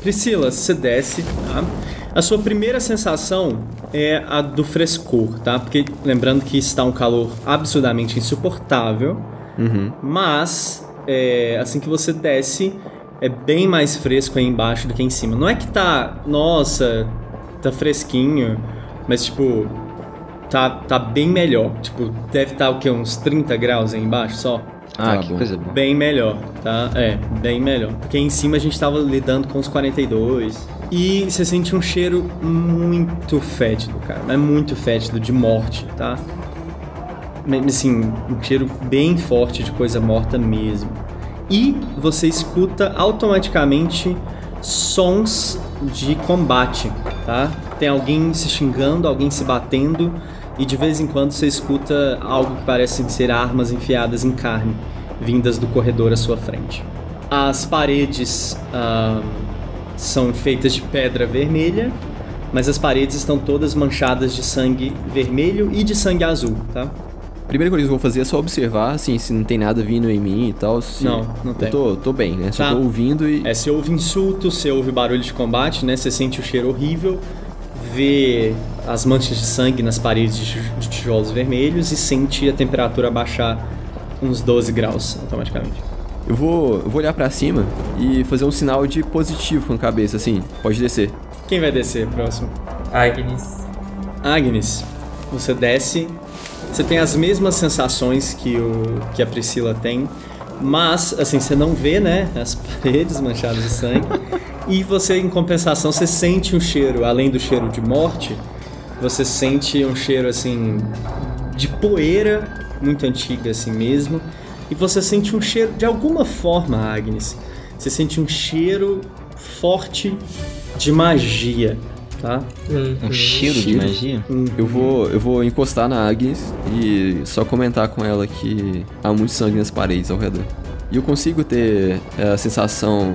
S3: Priscila, você desce, tá? A sua primeira sensação é a do frescor, tá? Porque lembrando que está um calor absurdamente insuportável, mas é, assim que você desce, é bem mais fresco aí embaixo do que em cima. Não é que tá, nossa, tá fresquinho, mas tipo, tá, tá bem melhor. Tipo, deve estar o quê? Uns 30 graus aí embaixo só?
S5: Ah,
S1: Ah,
S5: que
S1: bom.
S5: coisa boa.
S3: Bem melhor, tá? É, bem melhor. Porque em cima a gente tava lidando com os 42. E você sente um cheiro muito fétido, cara. É muito fétido, de morte, tá? Me- Assim, um cheiro bem forte de coisa morta mesmo. E você escuta automaticamente sons de combate, tá? Tem alguém se xingando, alguém se batendo. E de vez em quando você escuta algo que parece ser armas enfiadas em carne vindas do corredor à sua frente. As paredes ah, são feitas de pedra vermelha, mas as paredes estão todas manchadas de sangue vermelho e de sangue azul, tá?
S1: Primeira coisa que eu vou fazer é só observar, assim, se não tem nada vindo em mim e tal. se-
S3: Não, não tem.
S1: Eu tô, tô bem, né? Só
S3: Tá.
S1: tô ouvindo e.
S3: É, você ouve insultos, você ouve barulho de combate, né? Você sente o cheiro horrível, vê as manchas de sangue nas paredes de ti- de tijolos vermelhos e sente a temperatura baixar uns 12 graus automaticamente.
S1: Eu, vou, eu vou olhar pra cima e fazer um sinal de positivo com a cabeça, assim. Pode descer.
S3: Quem vai descer próximo?
S2: Agnes.
S3: Agnes, você desce, você tem as mesmas sensações que, o, que a Priscila tem, mas, assim, você não vê, né, as paredes manchadas de sangue, e você, em compensação, você sente um cheiro, além do cheiro de morte, você sente um cheiro, assim, de poeira, muito antiga assim mesmo, e você sente um cheiro, de alguma forma, Agnes, você sente um cheiro forte de magia, tá?
S2: Hum.
S3: Um
S5: Um cheiro de
S1: Cheiro.
S5: magia?
S1: Eu
S3: Uhum.
S1: vou, eu vou encostar na Agnes e só comentar com ela que há muito sangue nas paredes ao redor. E eu consigo ter é, a sensação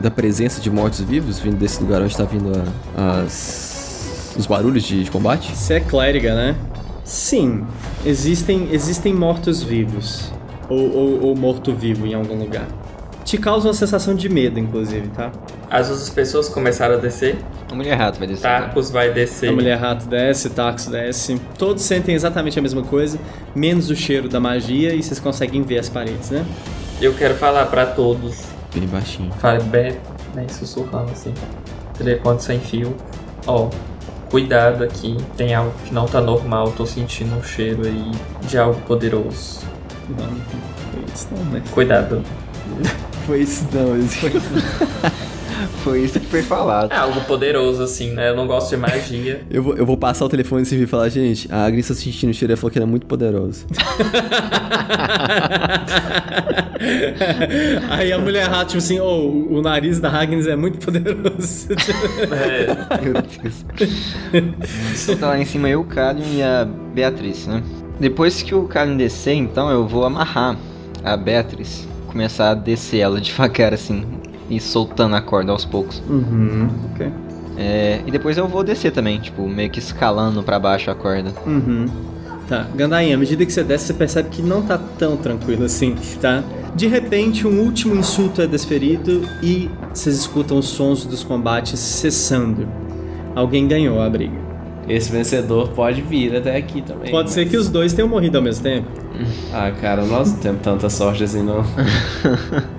S1: da presença de mortos-vivos vindo desse lugar onde tá vindo a- as, os barulhos de, de combate?
S3: Você é clériga, né? Sim, existem, existem mortos-vivos. Ou, ou- ou morto-vivo em algum lugar. Te causa uma sensação de medo, inclusive, tá?
S2: As outras pessoas começaram a descer.
S5: A mulher rato vai descer. agora.
S2: Tarkus vai descer.
S3: A mulher rato desce, Taxo desce. Todos sentem exatamente a mesma coisa, menos o cheiro da magia, e vocês conseguem ver as paredes, né?
S2: Eu quero falar pra todos.
S1: Bem baixinho.
S2: Fale bem, né? Sussurrando assim. Telefone sem fio. Ó, cuidado aqui. Tem algo que não tá normal. Tô sentindo um cheiro aí de algo poderoso.
S3: Não, não foi isso não, Então, né?
S2: Cuidado.
S1: Foi isso não,
S5: Foi isso que foi falado.
S2: É algo poderoso, assim, né? Eu não gosto de magia.
S1: Eu vou, eu vou passar o telefone e vir falar, gente, a Agnes tá sentindo o cheiro e ela falou que era muito poderosa.
S3: Aí a mulher rato, tipo assim, oh, o nariz da Agnes é muito poderoso.
S2: É,
S5: Meu Deus. Então tá lá em cima eu, o Kalin e a Beatriz, né? Depois que o Kalin descer, então eu vou amarrar a Beatriz. Começar a descer ela devagar assim. E soltando a corda aos poucos.
S3: uhum, ok.
S5: É, e depois eu vou descer também, tipo, meio que escalando pra baixo a corda.
S3: Uhum. Tá, Gandainha, à medida que você desce, você percebe que não tá tão tranquilo assim, tá? De repente, um último insulto é desferido e vocês escutam os sons dos combates cessando. Alguém ganhou a briga.
S4: Esse vencedor pode vir até aqui também.
S3: Pode ser que os dois tenham morrido ao mesmo tempo.
S4: Ah, cara, nós não temos tanta sorte assim, não.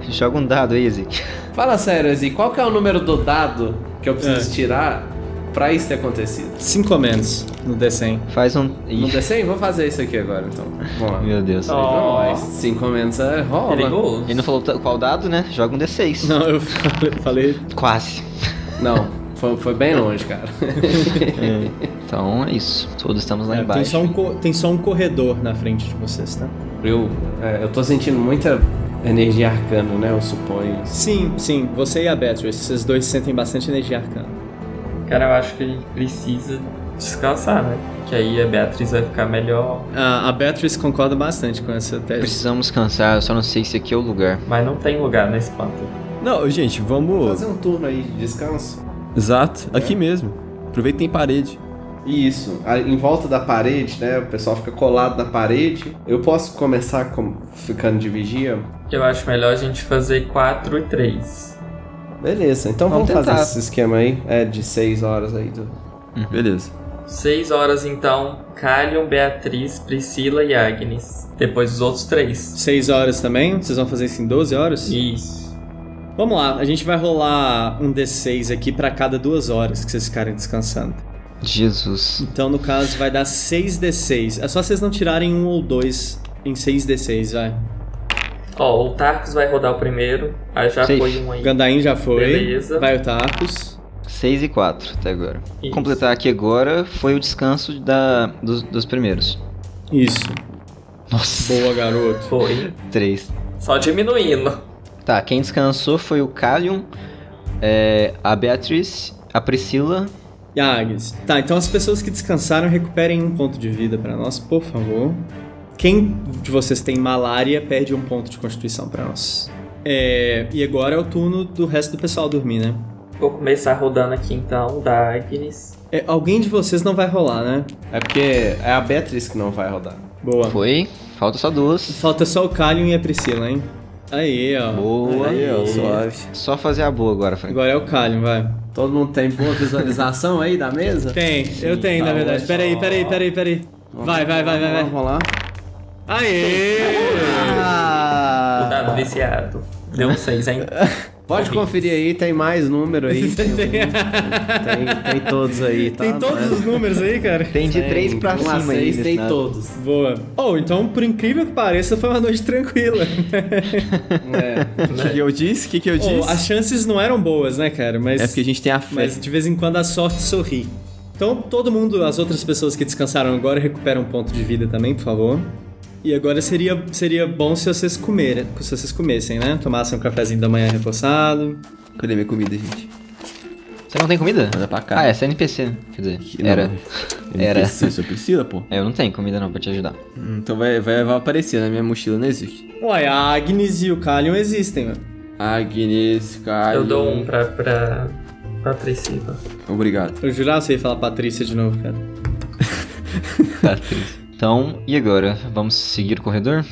S5: Joga um dado aí, Zeke.
S4: Fala sério, Ezi, qual que é o número do dado que eu preciso tirar pra isso ter acontecido?
S3: Cinco a menos no D100.
S5: Faz um. Ih,
S4: No D100? Vou fazer isso aqui agora, então. Vamos lá.
S5: meu
S3: Tá
S5: Deus.
S2: Ó.
S4: Nós, cinco menos é rola.
S2: perigoso.
S5: Ele não falou t- qual dado, né? Joga um D6.
S3: Não, eu falei, falei-
S5: Quase.
S4: Não, foi, foi bem longe, cara.
S5: Então é isso. Todos estamos lá
S3: é, tem,
S5: embaixo.
S3: só um co- tem só um corredor na frente de vocês, tá?
S4: Eu, é, eu tô sentindo muita energia arcana, né? Eu suponho.
S3: Sim, sim, você e a Beatriz, vocês dois sentem bastante energia arcana.
S2: Cara, eu acho que ele precisa descansar, né? Que aí a Beatriz vai ficar melhor.
S3: A, a Beatriz concorda bastante com essa tese.
S5: Precisamos cansar, eu só não sei se aqui é o lugar.
S2: Mas não tem lugar nesse pântano.
S1: Não, gente,
S4: Vou
S1: vamos.
S4: fazer um turno aí de descanso.
S1: Exato, aqui mesmo. Aproveita que tem parede.
S4: Isso, a- em volta da parede, né? O pessoal fica colado na parede. Eu posso começar com- ficando de vigia?
S2: Eu acho melhor a gente fazer 4 e 3.
S4: Beleza, então
S5: Vamos
S4: vamos, fazer
S5: tentar.
S4: esse esquema aí. É, de seis horas aí do.
S1: Beleza.
S2: 6 horas então, Calion, Beatriz, Priscila e Agnes. Depois os outros três.
S3: 6 horas também? Vocês vão fazer isso em 12 horas?
S2: Isso.
S3: Vamos lá, a gente vai rolar um D6 aqui pra cada duas horas que vocês ficarem descansando.
S5: Jesus.
S3: Então, no caso, vai dar 6 D6. É só vocês não tirarem um ou dois em 6 D6, vai.
S2: Ó, o Tarkus vai rodar o primeiro. Ah, já
S5: Seis.
S2: foi um aí.
S3: Gandain já foi.
S2: Beleza.
S3: Vai o Tarkus.
S5: 6 e 4 até agora.
S2: Isso.
S5: Completar aqui agora foi o descanso da, dos, dos primeiros.
S3: Isso.
S5: Nossa,
S3: Boa, garoto.
S2: Foi.
S5: 3.
S2: Só diminuindo.
S5: Tá, quem descansou foi o Calion, é, a Beatriz, a Priscila.
S3: E a Agnes. Tá, então as pessoas que descansaram recuperem um ponto de vida pra nós, por favor. Quem de vocês tem malária perde um ponto de constituição pra nós. É, e agora é o turno do resto do pessoal dormir, né?
S2: Vou começar rodando aqui então, da Agnes.
S3: É, alguém de vocês não vai rolar, né?
S4: É porque é a Beatriz que não vai rodar.
S3: Boa.
S5: Foi, falta só duas.
S3: Falta só o Calion e a Priscila, hein? Aí, ó.
S5: Boa.
S1: Aí, ó, suave.
S5: Só fazer a boa agora, Frank.
S3: Agora é o Calion, vai.
S4: Todo mundo tem boa visualização aí da mesa?
S3: Tem, eu tenho, na
S4: tá
S3: verdade.
S4: ótimo.
S3: Peraí, peraí, peraí, peraí. Vai, vai, vai, vai,
S4: Vamos
S3: vai.
S4: rolar.
S3: Aê!
S4: Ah,
S2: O dado viciado. Deu um 6 ainda.
S4: Pode conferir aí, tem mais número aí. Tem, tem, tem todos aí, tá?
S3: Tem todos os números aí, cara?
S5: Tem de 3 pra
S4: um a
S5: cima aí.
S4: seis,
S5: nesse
S4: tem
S1: né?
S5: dado.
S4: todos.
S3: Boa. Oh, então, por incrível que pareça, foi uma noite tranquila. É.
S1: O que, que eu disse? O que, que eu disse?
S3: Oh, as chances não eram boas, né, cara? Mas,
S1: É porque a gente tem a fé.
S3: mas de vez em quando a sorte sorri. Então, todo mundo, as outras pessoas que descansaram agora, recuperam um ponto de vida também, por favor. E agora seria, seria bom se vocês comerem, se vocês comessem, né? Tomassem um cafezinho da manhã reforçado.
S1: Cadê minha comida, gente?
S5: Você não tem comida?
S1: Manda pra cá.
S5: Ah, é, você é NPC. né? Quer dizer,
S1: Que- não,
S5: era.
S1: não.
S5: Era.
S1: NPC, só precisa, pô.
S5: É, Eu não tenho comida não pra te ajudar.
S1: Hum, Então vai, vai, vai aparecer, né? Minha mochila não existe.
S3: Ué, a Agnes e o Kalion existem, mano.
S1: Agnes, Caio.
S2: Eu dou um pra, pra, pra Priscila.
S1: Obrigado.
S3: Eu jurava que você ia falar Patrícia de novo, cara.
S5: Tá, três. Então, e agora? Vamos seguir o corredor?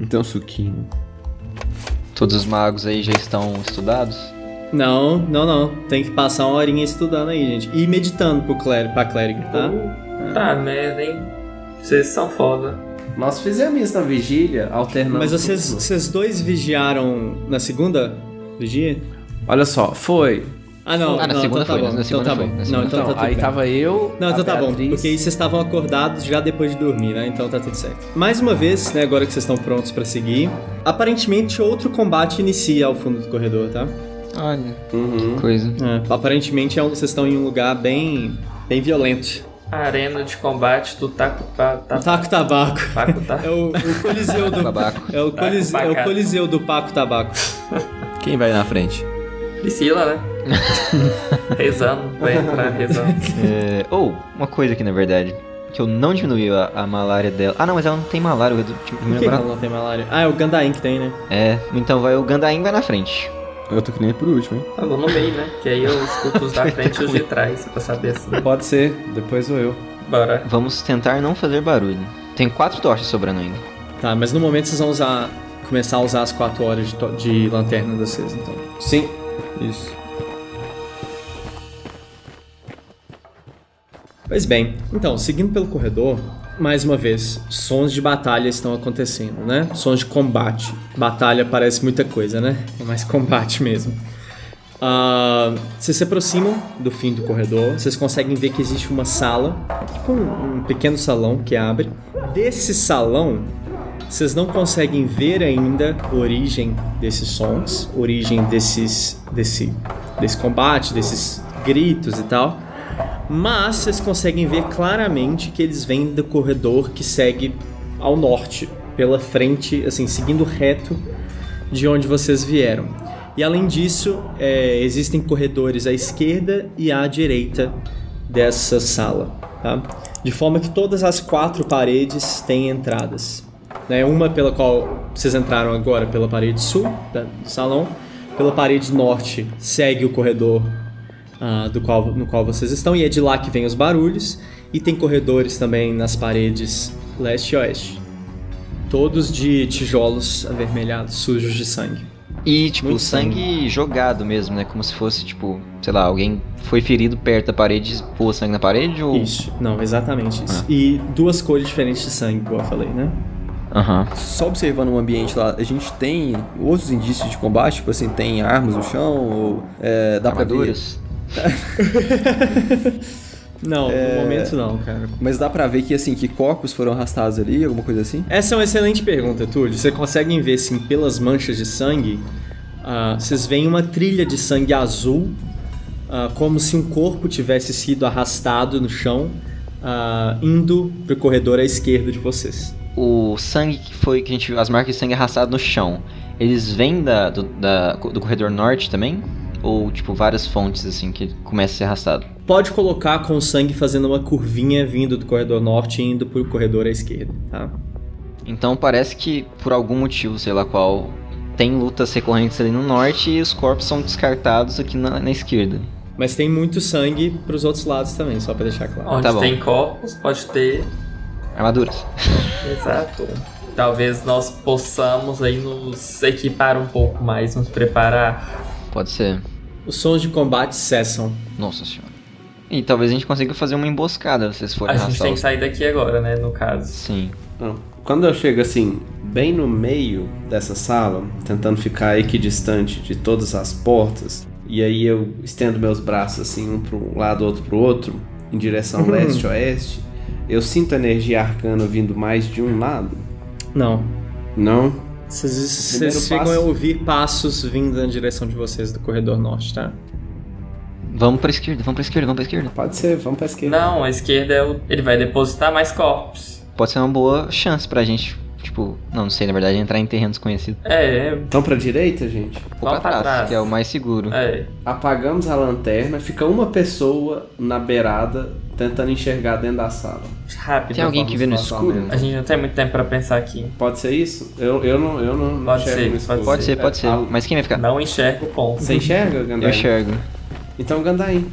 S1: Então, suquinho.
S5: Todos os magos aí já estão estudados?
S3: Não, não, não. Tem que passar uma horinha estudando aí, gente. E meditando pro clé- pra clériga, tá?
S2: Tá, merda, hein? Vocês são foda.
S4: Nós fizemos isso na vigília, alternando.
S3: Mas vocês,
S4: tudo.
S3: vocês dois vigiaram na segunda vigia?
S4: Olha só, foi.
S3: Ah, não.
S5: Ah, na
S3: não,
S5: segunda
S3: então tá
S5: foi,
S3: bom.
S5: na
S3: então
S5: segunda
S3: tá
S5: foi,
S3: bom.
S5: na
S3: Não,
S5: segunda
S3: então
S4: Então,
S3: tá tudo
S4: aí
S3: bem.
S4: tava eu.
S3: Não,
S4: a
S3: então tá bom,
S4: Beatriz.
S3: porque aí vocês estavam acordados já depois de dormir, né? Então tá tudo certo. Mais uma vez, né, agora que vocês estão prontos pra seguir, aparentemente outro combate inicia ao fundo do corredor, tá?
S5: Olha,
S4: Uhum.
S5: coisa.
S3: É, aparentemente é um- vocês estão em um lugar bem bem violento.
S2: Arena de combate do Taco tá? pa, ta,
S3: Taco Tabaco.
S2: Taco ta.
S3: É o, o coliseu do
S5: Babaco.
S3: é o, colise- é o
S2: Taco
S3: coliseu do Paco Tabaco.
S1: Quem vai na frente?
S2: Priscila, né? rezando, vai entrar rezando.
S5: É, ou, uma coisa aqui na verdade, que eu não diminuí a, a malária dela. Ah não, mas ela não tem malária, eu diminui
S3: Quem
S5: agora.
S3: não tem malária? Ah, é o Gandain que tem, né?
S5: É, então vai o Gandain vai na frente.
S1: Eu tô querendo ir por último, hein?
S2: Tá bom no meio, né? Que aí eu escuto os da frente e os de trás pra saber assim.
S4: Pode ser, depois sou eu.
S2: Bora.
S5: Vamos tentar não fazer barulho. Tem quatro tochas sobrando ainda.
S3: Tá, mas no momento vocês vão usar. Começar a usar as 4 horas de, to- de lanterna de vocês, então.
S4: Sim.
S1: Isso.
S3: Pois bem, então, seguindo pelo corredor, mais uma vez, sons de batalha estão acontecendo, né? Sons de combate. Batalha parece muita coisa, né? É mais combate mesmo. Ah, vocês se aproximam do fim do corredor, vocês conseguem ver que existe uma sala, tipo um, um pequeno salão que abre. Desse salão, vocês não conseguem ver ainda a origem desses sons, origem desses, desse, desse combate, desses gritos e tal. Mas vocês conseguem ver claramente que eles vêm do corredor que segue ao norte, pela frente, assim, seguindo reto de onde vocês vieram. E além disso, é, existem corredores à esquerda e à direita dessa sala, tá? De forma que todas as quatro paredes têm entradas. Né? Uma pela qual vocês entraram agora, pela parede sul da- do salão, pela parede norte segue o corredor ah, do qual, no qual vocês estão, e é de lá que vem os barulhos, e tem corredores também nas paredes leste e oeste. Todos de tijolos avermelhados, sujos de sangue.
S5: E, tipo,
S3: Muito
S5: sangue, jogado mesmo, né? Como se fosse, tipo, sei lá, alguém foi ferido perto da parede e pôs sangue na parede ou.
S3: Isso, não, exatamente isso. E duas cores diferentes de sangue, como eu falei, né?
S5: Aham.
S1: Só observando o ambiente lá, a gente tem outros indícios de combate? Tipo assim, tem armas no chão? Ou é, dá pra ver?
S5: Armaduras.
S3: Não,
S1: É.
S3: no momento não, cara.
S1: Mas dá pra ver que, assim, que corpos foram arrastados ali, alguma coisa assim?
S3: Essa é uma excelente pergunta, Túlio. Você conseguem ver, sim, pelas manchas de sangue, ah, vocês veem uma trilha de sangue azul, ah, como se um corpo tivesse sido arrastado no chão, ah, indo pro corredor à esquerda de vocês.
S5: O sangue que foi que a gente viu, as marcas de sangue arrastado no chão, eles vêm da, do, da- do corredor norte também? Ou, tipo, várias fontes, assim, que começa a ser arrastado?
S3: Pode colocar com o sangue fazendo uma curvinha vindo do corredor norte e indo pro corredor à esquerda, tá?
S5: Então parece que, por algum motivo, sei lá qual, tem lutas recorrentes ali no norte e os corpos são descartados aqui na, na esquerda.
S3: Mas tem muito sangue pros outros lados também, só pra deixar claro.
S2: Onde
S5: Tá bom.
S2: tem corpos, pode ter.
S5: Armaduras.
S2: Exato. Talvez nós possamos aí nos equipar um pouco mais, nos preparar.
S5: Pode ser.
S3: Os sons de combate cessam.
S5: Nossa senhora. E talvez a gente consiga fazer uma emboscada se vocês forem
S2: a gente
S5: arrastar
S2: tem que
S5: os...
S2: sair daqui agora, né? No caso.
S5: Sim.
S4: Não. Quando eu chego assim, bem no meio dessa sala, tentando ficar equidistante de todas as portas, e aí eu estendo meus braços assim, um para um lado, outro pro outro, em direção leste-oeste, eu sinto a energia arcana vindo mais de um lado.
S3: Não.
S4: Não?
S3: Vocês
S4: Primeiro
S3: vocês chegam
S4: passo.
S3: a ouvir passos vindo na direção de vocês do corredor norte, tá?
S5: Vamos pra esquerda, vamos pra esquerda, vamos pra esquerda.
S4: Pode ser, vamos pra esquerda.
S2: Não, a esquerda é o... ele vai depositar mais corpos.
S5: Pode ser uma boa chance pra gente, tipo... Não, não sei, na verdade, entrar em terreno desconhecido.
S2: É,
S4: Então pra direita, gente?
S5: Ou pra
S2: Vamos pra
S5: trás,
S2: trás.
S5: que é o mais seguro.
S2: é.
S4: Apagamos a lanterna, fica uma pessoa na beirada tentando enxergar dentro da sala.
S2: Rápido.
S5: Tem alguém
S4: vamos
S5: que vê no
S4: passar
S5: escuro?
S4: mesmo.
S2: A gente não tem muito tempo pra pensar aqui.
S4: Pode ser isso? Eu, eu não, eu não, não
S2: Pode
S4: enxergo
S2: ser,
S4: no
S2: pode
S4: escuro.
S5: Pode ser, pode
S4: É,
S5: ser.
S4: a-
S5: Mas quem vai ficar?
S2: tá. Não enxerga o ponto.
S4: Você enxerga,
S5: Eu
S4: Gandain?
S5: enxergo.
S4: Então, Gandain,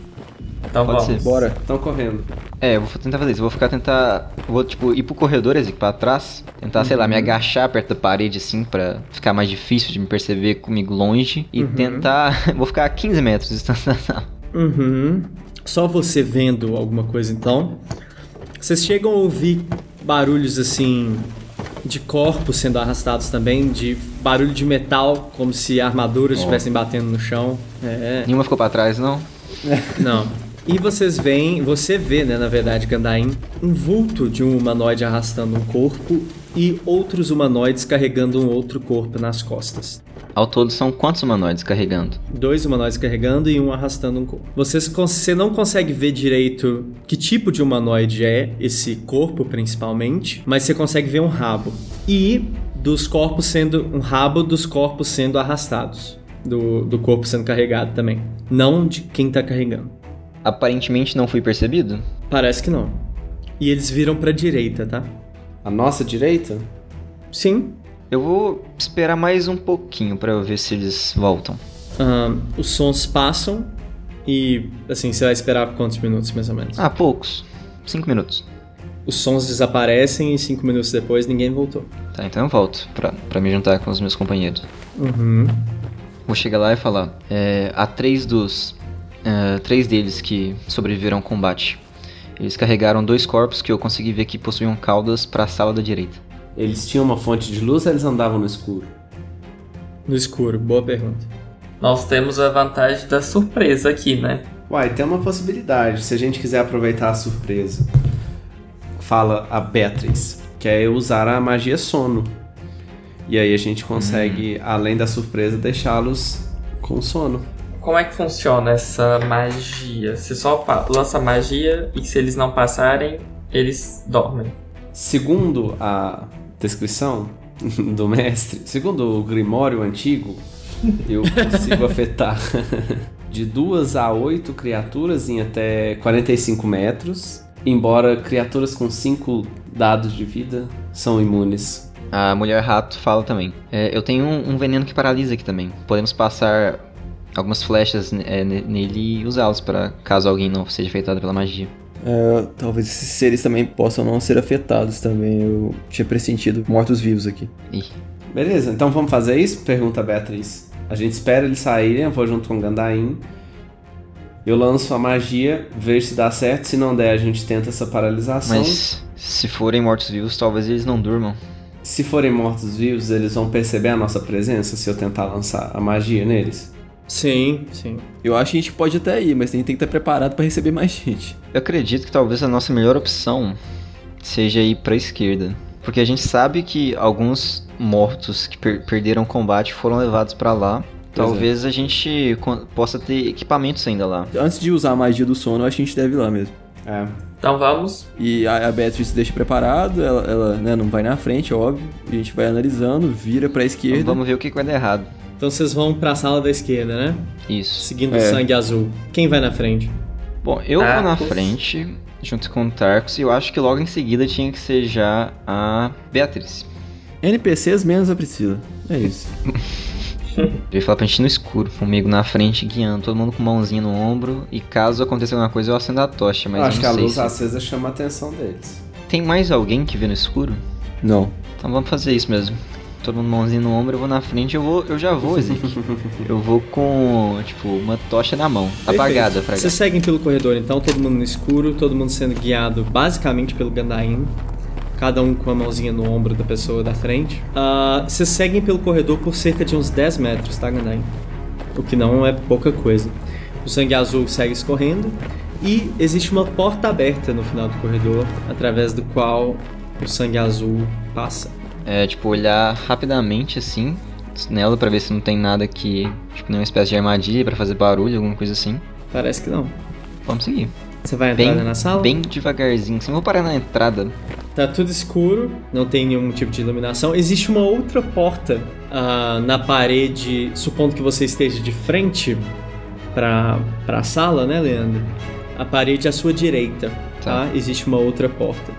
S2: Então
S5: Uhum. Pode
S2: vamos.
S5: ser.
S1: Bora.
S4: estão correndo.
S5: É, eu vou tentar fazer isso. Eu vou ficar tentar. Vou, tipo, ir pro corredor, Ezik, pra trás. Tentar, sei
S2: Uhum.
S5: lá, me agachar perto da parede, assim, pra ficar mais difícil de me perceber comigo longe. E
S2: Uhum.
S5: tentar. Vou ficar a 15 metros de distância da sala.
S3: Uhum. Só você vendo alguma coisa então. Vocês chegam a ouvir barulhos assim de corpos sendo arrastados também, de barulho de metal, como se armaduras estivessem batendo no chão. É,
S5: Nenhuma ficou pra trás, não?
S3: não. E vocês veem, você vê, né, na verdade, Gandain, um vulto de um humanoide arrastando um corpo e outros humanoides carregando um outro corpo nas costas.
S5: Ao todo são quantos humanoides carregando?
S3: Dois humanoides carregando e um arrastando um corpo. Vocês con- Você não consegue ver direito que tipo de humanoide é esse corpo, principalmente, mas você consegue ver um rabo. E dos corpos sendo. um rabo dos corpos sendo arrastados. Do, do corpo sendo carregado também. Não de quem tá carregando.
S5: Aparentemente não fui percebido.
S3: Parece que não. E eles viram pra direita, tá?
S4: A nossa direita?
S3: Sim.
S5: Eu vou esperar mais um pouquinho pra eu ver se eles voltam.
S3: Ahn, os sons passam e assim, você vai esperar quantos minutos mais ou menos?
S5: Ah, poucos. Cinco minutos.
S3: Os sons desaparecem e cinco minutos depois ninguém voltou.
S5: Tá, então eu volto pra, pra me juntar com os meus companheiros.
S3: Uhum.
S5: Vou chegar lá e falar. É, há três dos. é, três deles que sobreviveram ao combate. Eles carregaram dois corpos que eu consegui ver que possuíam caudas pra sala da direita.
S4: Eles tinham uma fonte de luz ou eles andavam no escuro?
S3: No escuro, boa pergunta.
S2: Nós temos a vantagem da surpresa aqui, né?
S4: Uai, tem uma possibilidade, se a gente quiser aproveitar a surpresa. Fala a Beatriz, que é eu usar a magia sono. E aí a gente consegue, além da surpresa, deixá-los com sono.
S2: Como é que funciona essa magia? Você só fa- lança magia e se eles não passarem, eles dormem.
S4: Segundo a descrição do mestre, segundo o Grimório Antigo, eu consigo afetar de duas a oito criaturas em até 45 metros. Embora criaturas com cinco dados de vida são imunes.
S5: A mulher rato fala também. É, eu tenho um, um veneno que paralisa aqui também. Podemos passar algumas flechas é, ne- nele e usá-los para caso alguém não seja afetado pela magia.
S1: Ah, Talvez esses seres também possam não ser afetados também. Eu tinha pressentido mortos-vivos aqui.
S5: Ih,
S4: Beleza, então vamos fazer isso? Pergunta a Beatriz. A gente espera eles saírem, eu vou junto com o Gandain. Eu lanço a magia, vejo se dá certo. Se não der, a gente tenta essa paralisação.
S5: mas se forem mortos-vivos, talvez eles não durmam.
S4: Se forem mortos-vivos, eles vão perceber a nossa presença se eu tentar lançar a magia neles?
S3: Sim, sim.
S1: Eu acho que a gente pode até ir, mas a gente tem que estar preparado pra receber mais gente.
S5: Eu acredito que talvez a nossa melhor opção seja ir pra esquerda. Porque a gente sabe que alguns mortos que per- perderam o combate foram levados pra lá.
S1: Pois é.
S5: Talvez a gente con- possa ter equipamentos ainda lá.
S1: Antes de usar a magia do sono, eu acho que a gente deve ir lá mesmo.
S4: É.
S2: Então vamos.
S1: E a, a Beatriz se deixa preparado, ela, ela, né, não vai na frente, óbvio. A gente vai analisando, vira pra esquerda.
S5: Então Vamos ver o que que vai dar errado.
S3: Então vocês vão pra sala da esquerda, né?
S5: Isso.
S3: Seguindo o
S1: É.
S3: sangue azul. Quem vai na frente?
S5: Bom, eu vou na
S2: Tarcos.
S5: frente, junto com o Tarcos, e eu acho que logo em seguida tinha que ser já a Beatriz.
S1: NPCs menos a Priscila. É isso.
S5: Ele fala pra gente ir no escuro, comigo na frente, guiando, todo mundo com mãozinha no ombro, e caso aconteça alguma coisa eu acendo a tocha, mas
S4: acho
S5: eu
S4: que a
S5: não sei
S4: luz
S5: se...
S4: acesa chama a atenção deles.
S5: Tem mais alguém que vê no escuro?
S1: Não.
S5: Então vamos fazer isso mesmo. Todo mundo mãozinha no ombro, eu vou na frente, eu vou, eu já vou, Zeke. eu vou com, tipo, uma tocha na mão, apagada pra cá.
S3: Vocês seguem pelo corredor, então, todo mundo no escuro, todo mundo sendo guiado basicamente pelo Gandain. Cada um com a mãozinha no ombro da pessoa da frente. Ah, vocês seguem pelo corredor por cerca de uns 10 metros, tá, Gandain? O que não é pouca coisa. O sangue azul segue escorrendo e existe uma porta aberta no final do corredor, através do qual o sangue azul passa.
S5: É, tipo, olhar rapidamente assim nela pra ver se não tem nada que, tipo, nenhuma espécie de armadilha pra fazer barulho, alguma coisa assim.
S3: Parece que não.
S5: Vamos seguir.
S3: Você vai entrar
S5: Bem,
S3: né, na sala?
S5: bem devagarzinho, assim. Vou parar na entrada.
S3: Tá tudo escuro, não tem nenhum tipo de iluminação. Existe uma outra porta ah, na parede, supondo que você esteja de frente pra, pra sala, né, Leandro? A parede à sua direita, tá?
S5: Tá.
S3: Existe uma outra porta.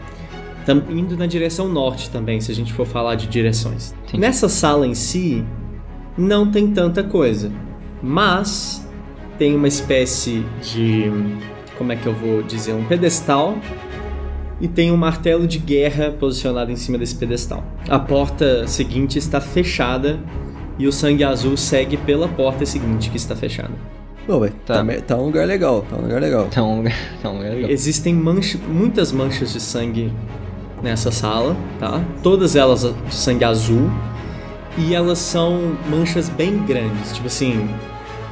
S3: Estamos indo na direção norte também, se a gente for falar de direções.
S5: Entendi.
S3: Nessa sala em si, não tem tanta coisa, mas tem uma espécie de. Como é que eu vou dizer? Um pedestal e tem um martelo de guerra posicionado em cima desse pedestal. A porta seguinte está fechada e o sangue azul segue pela porta seguinte que está fechada.
S1: Bom, velho,
S5: Tá.
S1: tá. me- tá um lugar legal, tá um lugar legal.
S5: Então, então é legal.
S3: Existem mancha- muitas manchas de sangue nessa sala, tá? Todas elas de sangue azul. E elas são manchas bem grandes. Tipo assim,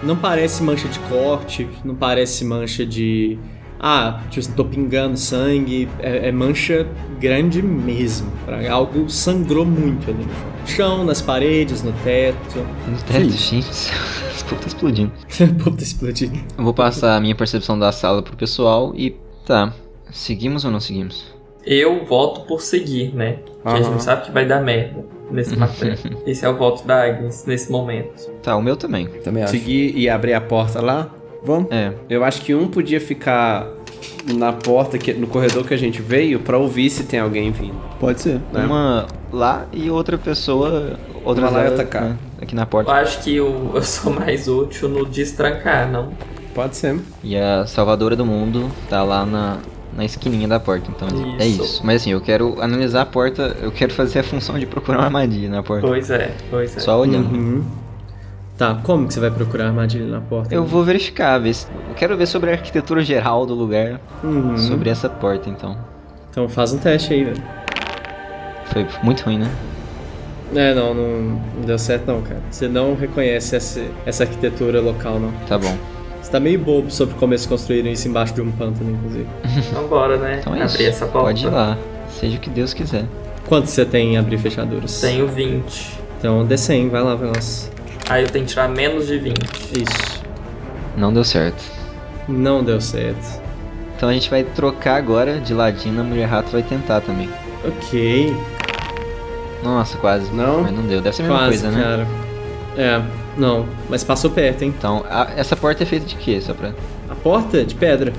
S3: não parece mancha de corte, não parece mancha de. Ah, tipo assim, tô pingando sangue. É, é mancha grande mesmo. tá? Algo sangrou muito ali no chão, nas paredes, no teto.
S5: No teto,
S1: Sim.
S5: gente. Esse povo tá explodindo.
S3: O povo tá explodindo.
S5: Eu vou passar a minha percepção da sala pro pessoal e. Tá. Seguimos ou não seguimos?
S2: Eu voto por seguir, né? Porque a gente
S4: Aham.
S2: não sabe que vai dar merda nesse martelo. Esse é o voto da Agnes nesse momento.
S5: Tá, o meu também.
S1: Também acho.
S4: Seguir e abrir a porta lá.
S1: Vamos?
S5: É.
S4: Eu acho que um podia ficar na porta, que, no corredor que a gente veio, pra ouvir se tem alguém vindo.
S1: Pode ser.
S4: Né?
S5: Uma lá e outra pessoa. Outra
S4: Uma lá e
S5: dela,
S4: outra cá.
S5: né, Aqui na
S2: Eu
S5: porta.
S2: acho que eu, eu sou mais útil no destrancar, não?
S4: Pode ser.
S5: E a salvadora do mundo tá lá na, na esquininha da porta. Então é
S2: Isso.
S5: isso. Mas assim, eu quero analisar a porta. Eu quero fazer a função de procurar uma armadilha na porta.
S2: Pois é, pois é.
S5: Só olhando.
S3: Uhum. Tá, como que você vai procurar a armadilha na porta?
S5: Eu vou verificar, ver se- eu quero ver sobre a arquitetura geral do lugar,
S3: Uhum.
S5: sobre essa porta então.
S3: Então faz um teste aí, velho.
S5: Foi muito ruim, né?
S3: É, não, não não deu certo não, cara. Você não reconhece essa, essa arquitetura local, não.
S5: Tá bom.
S3: Você tá meio bobo sobre como eles construíram isso embaixo de um pântano, inclusive.
S2: Então bora, né?
S5: Então é
S2: Abrir
S5: isso.
S2: essa porta.
S5: Pode ir lá. Seja o que Deus quiser.
S3: Quanto você tem em abrir fechaduras?
S2: Tenho 20.
S3: Então dê 100, vai lá, vai lá. Isso.
S2: Aí eu tenho que tirar menos de 20.
S5: Não deu certo.
S3: Não deu certo.
S5: Então a gente vai trocar agora de ladinho, a mulher rato vai tentar também.
S3: Ok,
S5: Nossa, quase.
S4: Não?
S5: Mas não deu. Deve ser a mesma
S3: quase,
S5: coisa, né?
S3: cara. É, não, mas passou perto, hein?
S5: Então, a- essa porta é feita de quê? Só pra.
S3: A porta é de pedra.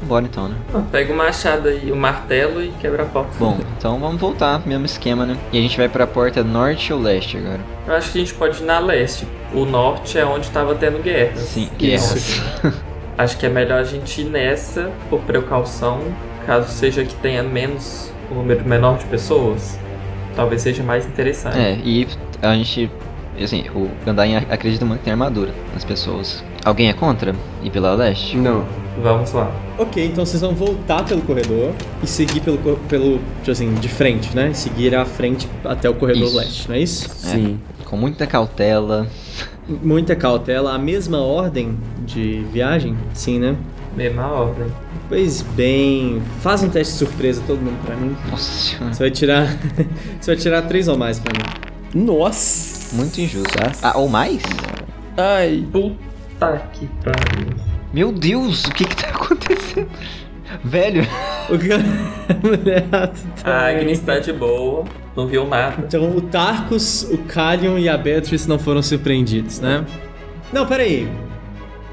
S5: Vambora então, né?
S2: Ah, Pega o machado e o martelo e quebra a porta.
S5: Bom, então vamos voltar, mesmo esquema, né? E a gente vai pra porta norte ou leste agora?
S2: Eu acho que a gente pode ir na leste. O norte é onde tava tendo guerra.
S5: Sim,
S3: Isso.
S5: guerras.
S2: Acho que é melhor a gente ir nessa, por precaução, caso seja que tenha menos um número menor de pessoas. Talvez seja mais interessante.
S5: É, e a gente E, assim, o Gandain ac- acredita muito em armadura nas pessoas. Alguém é contra? E pela leste?
S4: Não.
S2: Vamos lá.
S3: Ok, então vocês vão voltar pelo corredor e seguir pelo, cor- pelo tipo assim, de frente, né? Seguir à frente até o corredor
S5: Isso.
S3: leste, não é isso?
S1: Sim.
S5: Com muita cautela.
S3: Muita cautela, a mesma ordem de viagem? Sim, né?
S2: Mesma ordem.
S3: Pois bem, faz um teste de surpresa todo mundo pra mim.
S5: Nossa senhora.
S3: Você vai tirar. você vai tirar três ou mais pra mim.
S1: Nossa!
S5: Muito injusto. Ah, ou mais?
S1: Ai.
S2: Puta que pariu.
S5: Meu Deus, o que que tá acontecendo? Velho,
S3: O que a mulherada
S2: A
S3: também.
S2: Agnes tá de boa, não viu nada.
S3: Então o Tarkus, o Kalion e a Beatrice não foram surpreendidos, né? Não, peraí.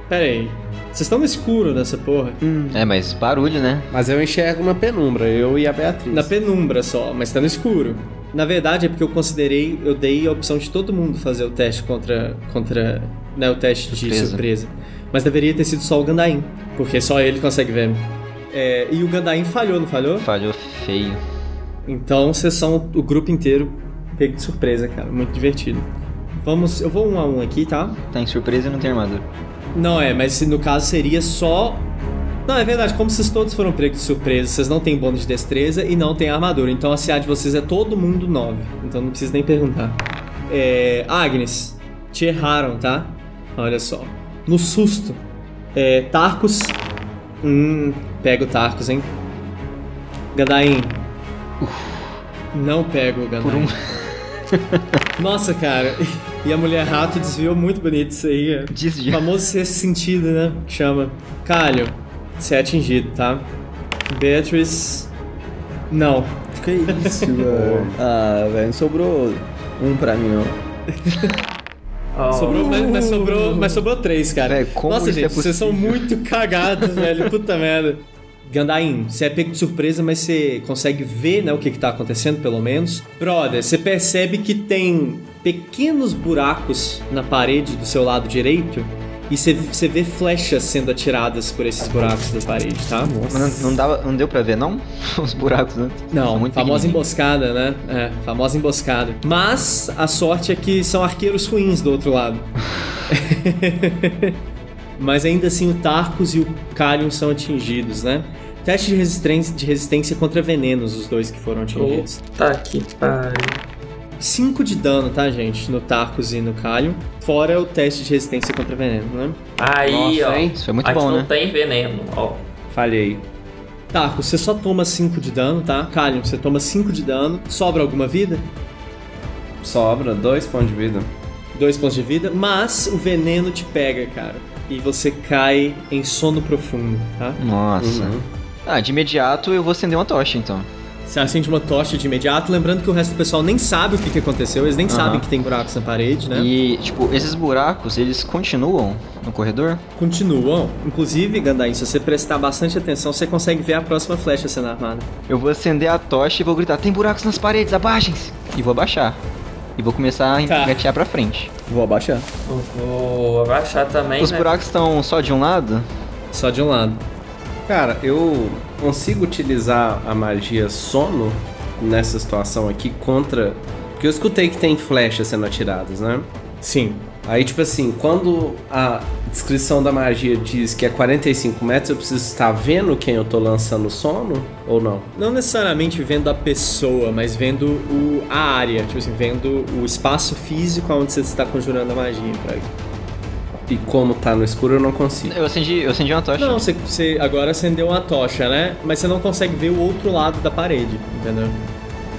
S3: Peraí. Vocês estão no escuro nessa porra.
S5: É, mas barulho, né?
S4: Mas eu enxergo na penumbra, eu e a Beatriz.
S3: Na penumbra só, mas tá no escuro. Na verdade é porque eu considerei, eu dei a opção de todo mundo fazer o teste contra. contra. né, o teste de
S5: Surpresa.
S3: surpresa. Mas deveria ter sido só o Gandain, porque só ele consegue ver. É, e o Gandain falhou, não falhou?
S5: Falhou feio.
S3: Então vocês são o grupo inteiro pego de surpresa, cara. Muito divertido. Vamos, eu vou um a um aqui, tá?
S5: Tá em surpresa e não tem armadura.
S3: Não é, mas se no caso seria só. Não, é verdade, como vocês todos foram pegos de surpresa, vocês não têm bônus de destreza e não têm armadura. Então a CA de vocês é todo mundo 9. Então não precisa nem perguntar. É. Agnes, te erraram, tá? Olha só. No susto. É. Tarkus. Hum, pega o Tarkus, hein? Gadaim. Não pega o Gadaim. Nossa, cara. E a mulher rato desviou muito bonito isso aí. é. ó.
S5: Diz
S3: O
S5: de...
S3: famoso sexto sentido, né? Que chama. Calho, você é atingido, tá? Beatrice. Não.
S1: Que isso, velho. Ah, velho, não sobrou um pra mim, não.
S2: Ó,
S3: Sobrou, mas, mas sobrou, mas sobrou três, cara.
S5: Véi, como
S3: Nossa,
S5: isso
S3: gente,
S5: é possível?
S3: vocês são muito cagados, velho. Puta merda. Gandain, você é pego de surpresa, mas você consegue ver, né, o que, que tá acontecendo, pelo menos. Brother, você percebe que tem pequenos buracos na parede do seu lado direito e você, você vê flechas sendo atiradas por esses buracos da parede, tá?
S5: Mas não, não dava, não deu pra ver, não? Os buracos, né?
S3: Não,
S5: São muito
S3: famosa
S5: pequenininhos.
S3: emboscada, né? É, famosa emboscada. Mas a sorte é que são arqueiros ruins do outro lado. Mas ainda assim o Tarkus e o Kalion são atingidos, né? Teste de resistência, de resistência contra venenos, os dois que foram atingidos.
S2: Puta que pariu.
S3: 5 de dano, tá, gente? No Tarkus e no Kalion. Fora o teste de resistência contra veneno, né?
S2: Aí,
S4: Nossa,
S2: ó.
S4: hein?
S5: Isso foi muito
S2: aqui
S5: bom,
S2: não
S5: né?
S2: tem veneno, ó.
S4: Falhei.
S3: Tarkus, você só toma 5 de dano, tá? Kalion, você toma 5 de dano. Sobra alguma vida?
S4: Sobra dois pontos de vida.
S3: dois pontos de vida, mas o veneno te pega, cara. E você cai em sono profundo, tá?
S5: Nossa.
S4: Uhum.
S5: Ah, de imediato eu vou acender uma tocha, então.
S3: Você acende uma tocha de imediato, lembrando que o resto do pessoal nem sabe o que, que aconteceu, eles nem
S5: Aham.
S3: sabem que tem buracos na parede, né?
S5: E, tipo, esses buracos, eles continuam no corredor?
S3: Continuam. Inclusive, Gandain, se você prestar bastante atenção, você consegue ver a próxima flecha sendo armada.
S5: Eu vou acender a tocha e vou gritar, tem buracos nas paredes, abaixem-se! E vou abaixar. E vou começar a
S3: Tá.
S5: engatear pra frente.
S1: Vou abaixar.
S2: Eu Vou abaixar também,
S5: Os
S2: né?
S5: buracos estão só de um lado?
S3: Só de um lado.
S4: Cara, eu consigo utilizar a magia sono nessa situação aqui contra. Porque eu escutei que tem flechas sendo atiradas, né?
S3: Sim.
S4: Aí, tipo assim, quando a descrição da magia diz que é 45 metros, eu preciso estar vendo quem eu tô lançando o sono ou não?
S3: Não necessariamente vendo a pessoa, mas vendo o, a área, tipo assim, vendo o espaço físico onde você está conjurando a magia. Pra...
S4: E como tá no escuro, eu não consigo.
S5: Eu acendi, eu acendi uma tocha.
S3: Não, você, você agora acendeu uma tocha, né? Mas você não consegue ver o outro lado da parede, entendeu?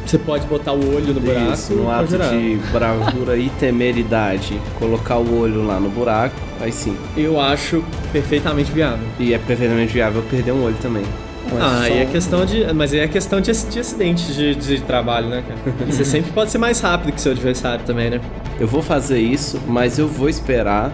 S3: Você pode botar o olho no É, buraco
S4: Isso, num
S3: e
S4: ato
S3: conjurar.
S4: de bravura e temeridade, colocar o olho lá no buraco, aí sim.
S3: Eu acho perfeitamente viável.
S4: E é perfeitamente viável perder um olho também. Mas
S3: ah, e é
S4: só- um-
S3: questão de. Mas aí é questão de, ac- de acidente de, de trabalho, né, cara? E você sempre pode ser mais rápido que seu adversário também, né?
S4: Eu vou fazer isso, mas eu vou esperar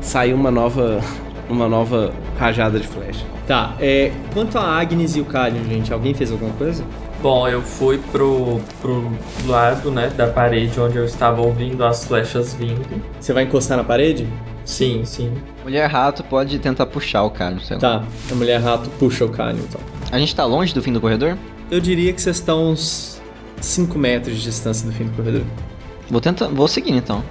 S4: sair uma nova, uma nova rajada de flecha.
S3: Tá, é. Quanto a Agnes e o Kalion, gente, alguém fez alguma coisa?
S2: Bom, eu fui pro, pro lado, né, da parede onde eu estava ouvindo as flechas vindo.
S3: Você vai encostar na parede?
S2: Sim, sim.
S5: Mulher rato pode tentar puxar o cara, não sei lá.
S3: Tá, a mulher rato puxa o Kalion, então.
S5: A gente tá longe do fim do corredor?
S3: Eu diria que vocês estão uns 5 metros de distância do fim do corredor.
S5: Vou tentar, vou seguir então.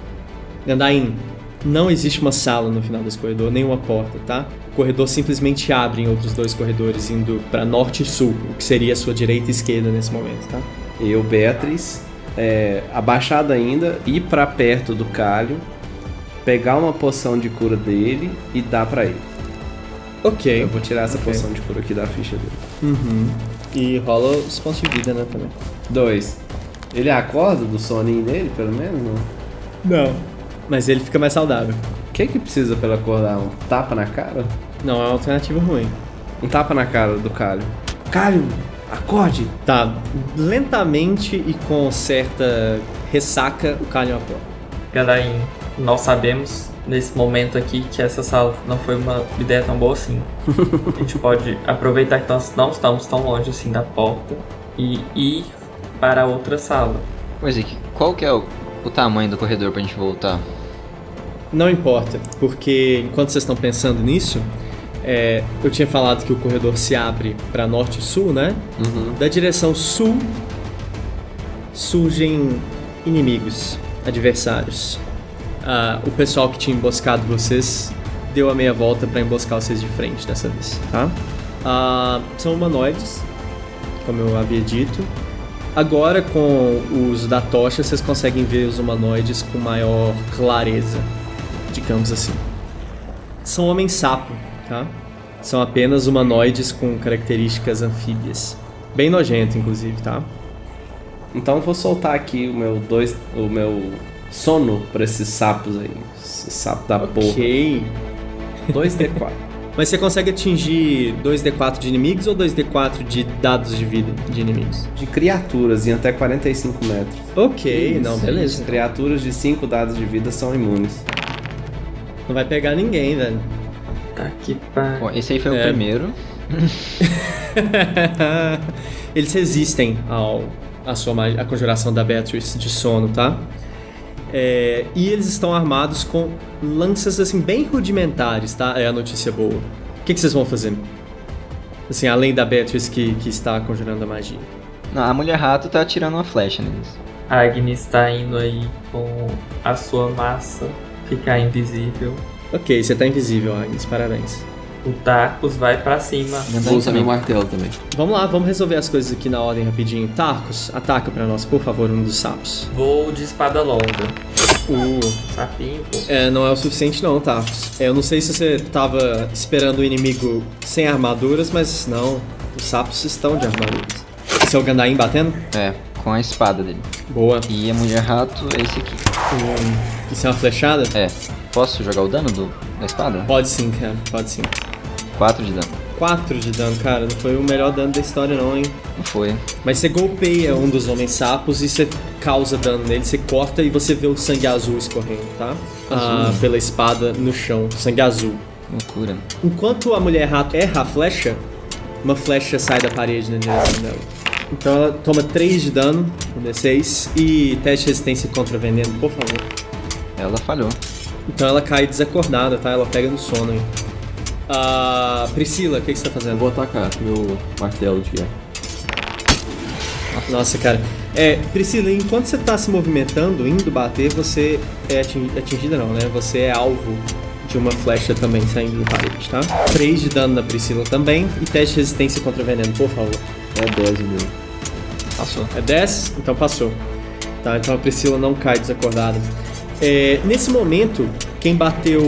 S3: Gandain, não existe uma sala no final desse corredor, nem uma porta, tá? O corredor simplesmente abre em outros dois corredores, indo pra norte e sul, o que seria a sua direita e esquerda nesse momento, tá?
S4: Eu, Beatriz, é, abaixada ainda, ir pra perto do Calho, pegar uma poção de cura dele e dar pra ele.
S3: Ok.
S4: Eu vou tirar essa
S3: Ok.
S4: poção de cura aqui da ficha dele.
S3: Uhum. E rola os pontos de vida, né, também.
S4: Dois. Ele acorda do soninho dele, pelo menos? não?
S3: Não. Mas ele fica mais saudável.
S4: O que que precisa pra ele acordar? Um tapa na cara?
S3: Não é uma alternativa ruim.
S4: Um tapa na cara do Calho. Calho, acorde!
S3: Tá, lentamente e com certa ressaca, o Kalho apoia.
S2: Gadain, nós sabemos nesse momento aqui que essa sala não foi uma ideia tão boa assim. A gente pode aproveitar que nós não estamos tão longe assim da porta e ir para outra sala.
S5: Mas e que- qual que é o, o tamanho do corredor pra gente voltar?
S3: Não importa, porque enquanto vocês estão pensando nisso, é, eu tinha falado que o corredor se abre para norte e sul, né? Da direção sul surgem inimigos, adversários. Ah, o pessoal que tinha emboscado vocês deu a meia volta para emboscar vocês de frente dessa vez, tá? Ah, são humanoides, como eu havia dito. Agora, com o uso da tocha, vocês conseguem ver os humanoides com maior clareza, digamos assim. São homens sapo, tá? São apenas humanoides com características anfíbias. Bem nojento, inclusive, tá?
S4: Então eu vou soltar aqui o meu dois. o meu sono pra esses sapos aí. Esse sapo da porra.
S3: Ok.
S4: 2D4.
S3: Mas você consegue atingir 2d4 de inimigos ou 2d4 de dados de vida de inimigos?
S4: De criaturas em até 45 metros.
S3: Ok, não, beleza. então.
S4: Criaturas de 5 dados de vida são imunes.
S3: Não vai pegar ninguém, velho.
S2: Tá que pariu.
S5: Bom, esse aí
S2: É.
S5: foi o primeiro.
S3: Eles resistem ao, à, sua, ma- à conjuração da Beatrice de sono, tá? É, e eles estão armados com lanças assim bem rudimentares, tá? É a notícia boa. O que, que vocês vão fazer? Assim, além da Beatrice que, que está conjurando a magia.
S5: Não, a mulher rato tá atirando uma flecha neles.
S2: A Agnes está indo aí com a sua massa ficar invisível.
S3: Ok, você tá invisível, Agnes, parabéns.
S2: O Tarkus vai pra cima.
S1: Vou usar meu martelo também.
S3: Vamos lá, vamos resolver as coisas aqui na ordem rapidinho. Tarcos, ataca pra nós, por favor, um dos sapos.
S2: Vou de espada longa.
S3: Uh,
S2: Sapinho, pô.
S3: É, não é o suficiente não, Tarcos. É, eu não sei se você tava esperando o inimigo sem armaduras, mas não. Os sapos estão de armaduras. Esse é o Gandain batendo?
S5: É, com a espada dele.
S3: Boa.
S5: E a mulher rato é esse aqui.
S3: Hum, Isso é uma flechada?
S5: É, posso jogar o dano do, da espada?
S3: Pode sim, cara. Pode sim.
S5: 4 de dano.
S3: 4 de dano, cara. Não foi o melhor dano da história não, hein?
S5: Não foi.
S3: Mas você golpeia um dos homens sapos e você causa dano nele, você corta e você vê o sangue azul escorrendo, tá? Ah, pela espada no chão, sangue azul.
S5: Loucura.
S3: Enquanto a mulher rato erra a flecha, uma flecha sai da parede na direção dela. Então ela toma 3 de dano, um D6, e teste resistência contra veneno, por favor.
S5: Ela falhou.
S3: Então ela cai desacordada, tá? Ela pega no sono aí. Ah, Priscila, o que, que você tá
S1: Eu
S3: fazendo?
S1: vou atacar com meu martelo de guerra.
S3: Nossa, cara. É, Priscila, enquanto você tá se movimentando, indo bater, você é atingi- atingida não, né? Você é alvo de uma flecha também saindo da parede, tá? 3 de dano na Priscila também e teste de resistência contra veneno, por favor.
S1: É 12 mil.
S5: Passou.
S3: É 10? Então passou. Tá, então a Priscila não cai desacordada. É, nesse momento, quem bateu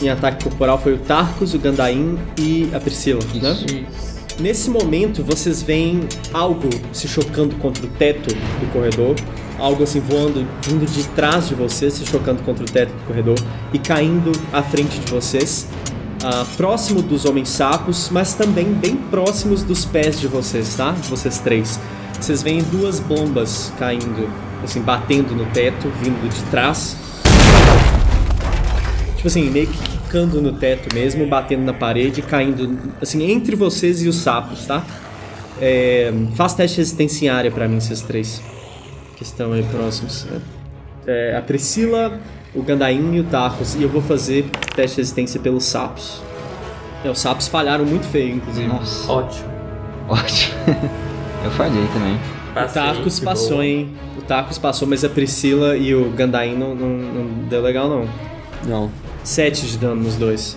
S3: em ataque corporal foi o Tarkus, o Gandain e a Priscila, né?
S2: Isso.
S3: Nesse momento, vocês veem algo se chocando contra o teto do corredor, algo assim voando, vindo de trás de vocês, se chocando contra o teto do corredor e caindo à frente de vocês, ah, próximo dos homens sapos, mas também bem próximos dos pés de vocês, tá? Vocês três. Vocês veem duas bombas caindo, assim, batendo no teto, vindo de trás. Tipo assim, meio que quicando no teto mesmo, batendo na parede, caindo, assim, entre vocês e os sapos, tá? É, faz teste de resistência em área pra mim, esses três que estão aí próximos. né? É, a Priscila, o Gandain e o Tarros. E eu vou fazer teste de resistência pelos sapos. É, os sapos falharam muito feio, inclusive.
S5: Nossa.
S2: Ótimo.
S5: Ótimo. Eu falhei também.
S3: O Tarkus passou, hein? O Tarkus passou, mas a Priscila e o Gandain não, não, não deu legal, não.
S1: Não.
S3: 7 de dano nos dois.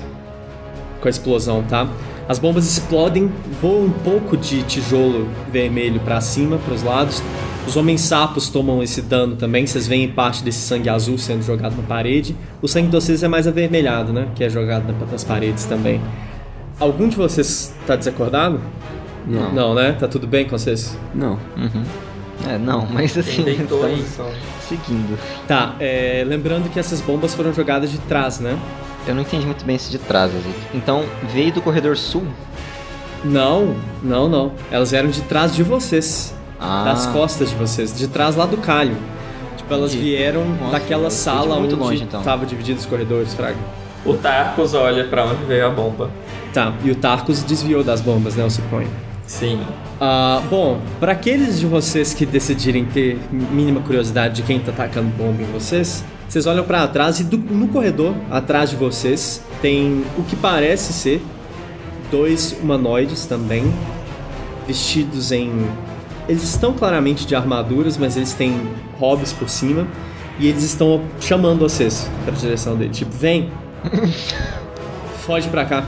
S3: Com a explosão, tá? As bombas explodem, voam um pouco de tijolo vermelho pra cima, pros lados. Os homens sapos tomam esse dano também, vocês veem parte desse sangue azul sendo jogado na parede. O sangue de vocês é mais avermelhado, né? Que é jogado na- nas paredes também. Algum de vocês tá desacordado?
S1: Não.
S3: Não, né? Tá tudo bem com vocês?
S1: Não.
S5: Uhum. É, não, mas assim,
S2: Quem deitou aí?
S5: estamos seguindo.
S3: Tá, é, lembrando que essas bombas foram jogadas de trás, né?
S5: Eu não entendi muito bem isso de trás, assim. Então, veio do corredor sul?
S3: Não, não, não. Elas vieram de trás de vocês.
S5: Ah,
S3: Das costas de vocês, de trás lá do calho. Tipo, elas
S5: Entendi.
S3: vieram
S5: Nossa,
S3: daquela
S5: eu fui de
S3: sala
S5: muito
S3: onde
S5: longe, então.
S3: tava dividido os corredores, Fraga.
S2: O Tarkus olha pra onde veio a bomba.
S3: Tá, e o Tarkus desviou das bombas, né, eu suponho.
S2: Sim.
S3: Ah, bom, para aqueles de vocês que decidirem ter mínima curiosidade de quem tá atacando bomba em vocês, vocês olham para trás e do- no corredor, atrás de vocês, tem o que parece ser dois humanoides também, vestidos em. Eles estão claramente de armaduras, mas eles têm hobbies por cima. E eles estão chamando vocês pra direção dele. Tipo, vem! Foge pra cá.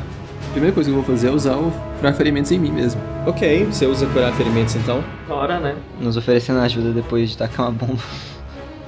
S1: Primeira coisa que eu vou fazer é usar o curar ferimentos em mim mesmo.
S3: Ok, você usa curar ferimentos então.
S2: Ora, né?
S5: nos oferecendo ajuda depois de tacar uma bomba.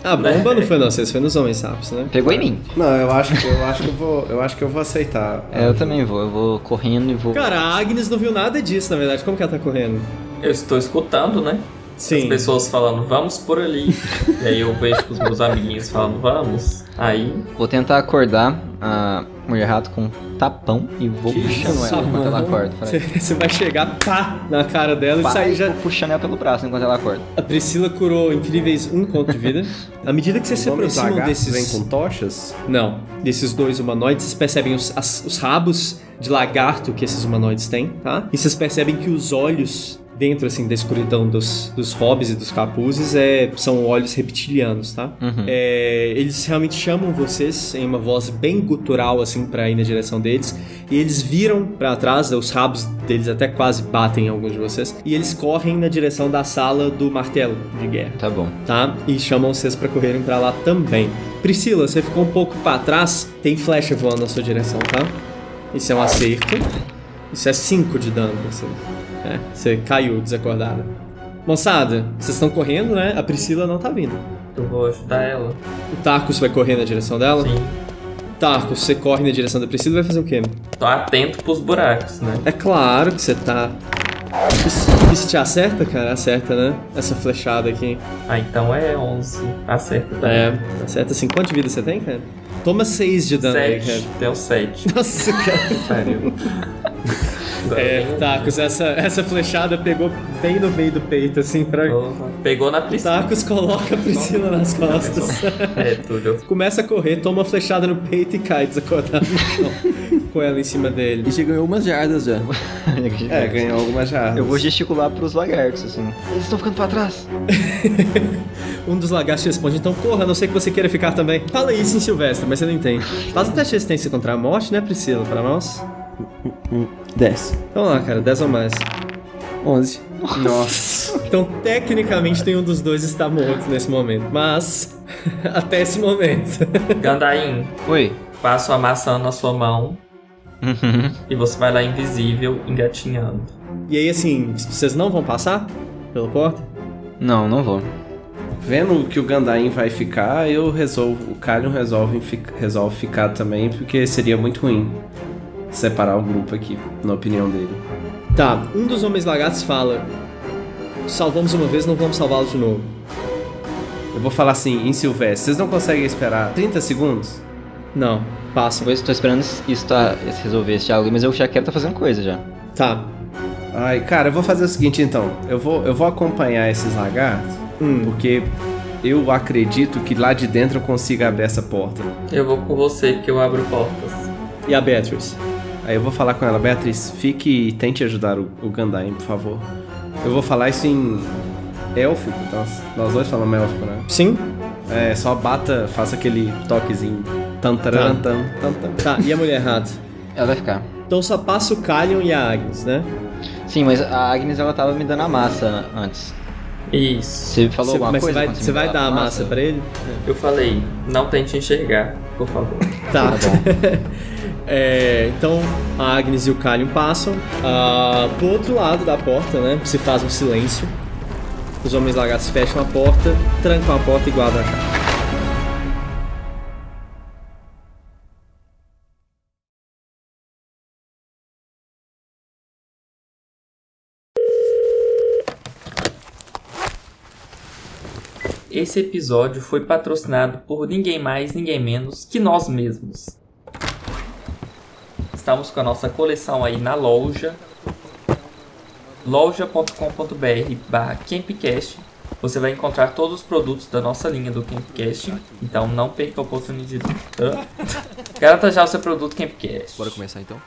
S3: A Ah, bomba não foi não, vocês foi nos homens sapos, né?
S5: Pegou em mim.
S4: Não, eu acho que eu acho que eu vou, eu acho que eu vou aceitar. Ah,
S5: É, eu também vou. Eu vou correndo e vou.
S3: Cara, a Agnes não viu nada disso, na verdade. Como que ela tá correndo?
S2: Eu estou escutando, né? As
S3: Sim.
S2: pessoas falando, vamos por ali. e aí eu vejo os meus amiguinhos falando, vamos. Aí,
S5: Vou tentar acordar a mulher rato com um tapão e vou
S3: Que
S5: puxando ela enquanto é ela acorda. Fala,
S3: Você você vai chegar, pá, na cara dela
S5: "Pá",
S3: e sair já.
S5: vou puxando ela pelo braço enquanto ela acorda.
S3: A Priscila curou incríveis um ponto de vida. À medida que vocês se
S4: Homens
S3: aproximam
S4: lagartos
S3: desses.
S4: vêm com tochas?
S3: Não, desses dois humanoides, vocês percebem os, as- os rabos de lagarto que esses humanoides têm, tá? E vocês percebem que os olhos, dentro assim da escuridão dos, dos hobbies e dos capuzes, é, são olhos reptilianos, tá?
S5: Uhum.
S3: É, eles realmente chamam vocês em uma voz bem gutural, assim, pra ir na direção deles. E eles viram pra trás, os rabos deles até quase batem em alguns de vocês. E eles correm na direção da sala do martelo de guerra,
S5: Tá bom.
S3: tá? E chamam vocês pra correrem pra lá também. Priscila, você ficou um pouco pra trás. Tem flecha voando na sua direção, tá? Isso é um acerto. Isso é 5 de dano pra você. É, você caiu desacordada. Moçada, vocês estão correndo, né? A Priscila não tá vindo.
S2: eu vou ajudar ela.
S3: O Tarkus vai correr na direção dela?
S2: Sim.
S3: Tarkus, você corre na direção da Priscila e vai fazer o quê?
S2: Tô atento pros buracos, né?
S3: É claro que você tá. Isso, isso te acerta, cara? Acerta, né? Essa flechada aqui.
S2: Ah, então é 11. Acerta.
S3: É, acerta assim. Quanto de vida você tem, cara? Toma 6 de dano aí,
S2: 7.
S3: cara.
S2: Deu 7.
S3: Nossa, cara.
S2: Sério.
S3: É, Tarkus, essa, essa flechada pegou bem no meio do peito, assim, pra.
S2: Pegou na piscina.
S3: Tarkus coloca a Priscila nas costas.
S2: É, Túlio.
S3: Começa a correr, toma a flechada no peito e cai desacordado no chão. Com ela em cima dele.
S1: E já ganhou umas jardas já.
S4: É, ganhou algumas jardas.
S5: Eu vou gesticular pros lagartos, assim. Eles estão ficando pra trás.
S3: Um dos lagartos responde, então corra, a não sei que você queira ficar também. Fala isso em Silvestre, mas você não entende. Faz um teste de resistência contra a morte, né, Priscila, pra nós?
S1: 10.
S3: Então lá, cara, 10 ou mais.
S1: 11.
S4: Nossa.
S3: Então, tecnicamente, nenhum dos dois está morto nesse momento, mas... até esse momento.
S2: Gandain,
S5: Oi.
S2: passo a maçã na sua mão
S5: Uhum.
S2: e você vai lá invisível, engatinhando.
S3: e aí, assim, vocês não vão passar pela porta?
S5: Não, não vou.
S4: Vendo que o Gandain vai ficar, eu resolvo. O Kalion resolve, em fi- resolve ficar também, porque seria muito ruim separar o grupo aqui, na opinião dele.
S3: Tá, um dos homens lagartos fala... Salvamos uma vez, não vamos salvá-lo de novo.
S4: Eu vou falar assim, em Silvestre, vocês não conseguem esperar 30 segundos?
S3: Não, passa.
S5: Depois tô esperando isso tá, esse- resolver esse diálogo, mas eu já quero tá fazendo coisa já.
S3: Tá.
S4: Ai, cara, eu vou fazer o seguinte então. Eu vou, eu vou acompanhar esses lagartos,
S3: Hum,
S4: porque eu acredito que lá de dentro eu consiga abrir essa porta.
S2: Eu vou com você, porque eu abro portas.
S3: e a Beatrice?
S4: Aí eu vou falar com ela, Beatriz, fique e tente ajudar o, o Gandain, por favor. Eu vou falar isso em élfico, nós, nós dois falamos élfico, né?
S3: Sim?
S4: É, só bata, faça aquele toquezinho. Tantaran, tan, tan, tan.
S3: Tá, e a mulher rato?
S5: Ela vai ficar.
S3: Então só passa o Kalion e a Agnes, né?
S5: Sim, mas a Agnes ela tava me dando a massa antes.
S2: Isso.
S5: Você falou
S3: Você-
S5: alguma
S3: mas você
S5: coisa?
S3: vai,
S5: quando
S3: você vai
S5: me
S3: dar a
S5: falou
S3: massa pra ele?
S2: Eu falei, não tente enxergar, por favor.
S3: Tá. É, então a Agnes e o Calion passam. Ah, pro outro lado da porta, né? Se faz um silêncio. Os homens lagartos fecham a porta, trancam a porta e guardam a chave.
S2: Esse episódio foi patrocinado por ninguém mais, ninguém menos que nós mesmos. Estamos com a nossa coleção aí na loja. loja.com.br barra Campcast. Você vai encontrar todos os produtos da nossa linha do Campcast. Então não perca a oportunidade. Hã? Garanta já o seu produto Campcast.
S1: Bora começar então?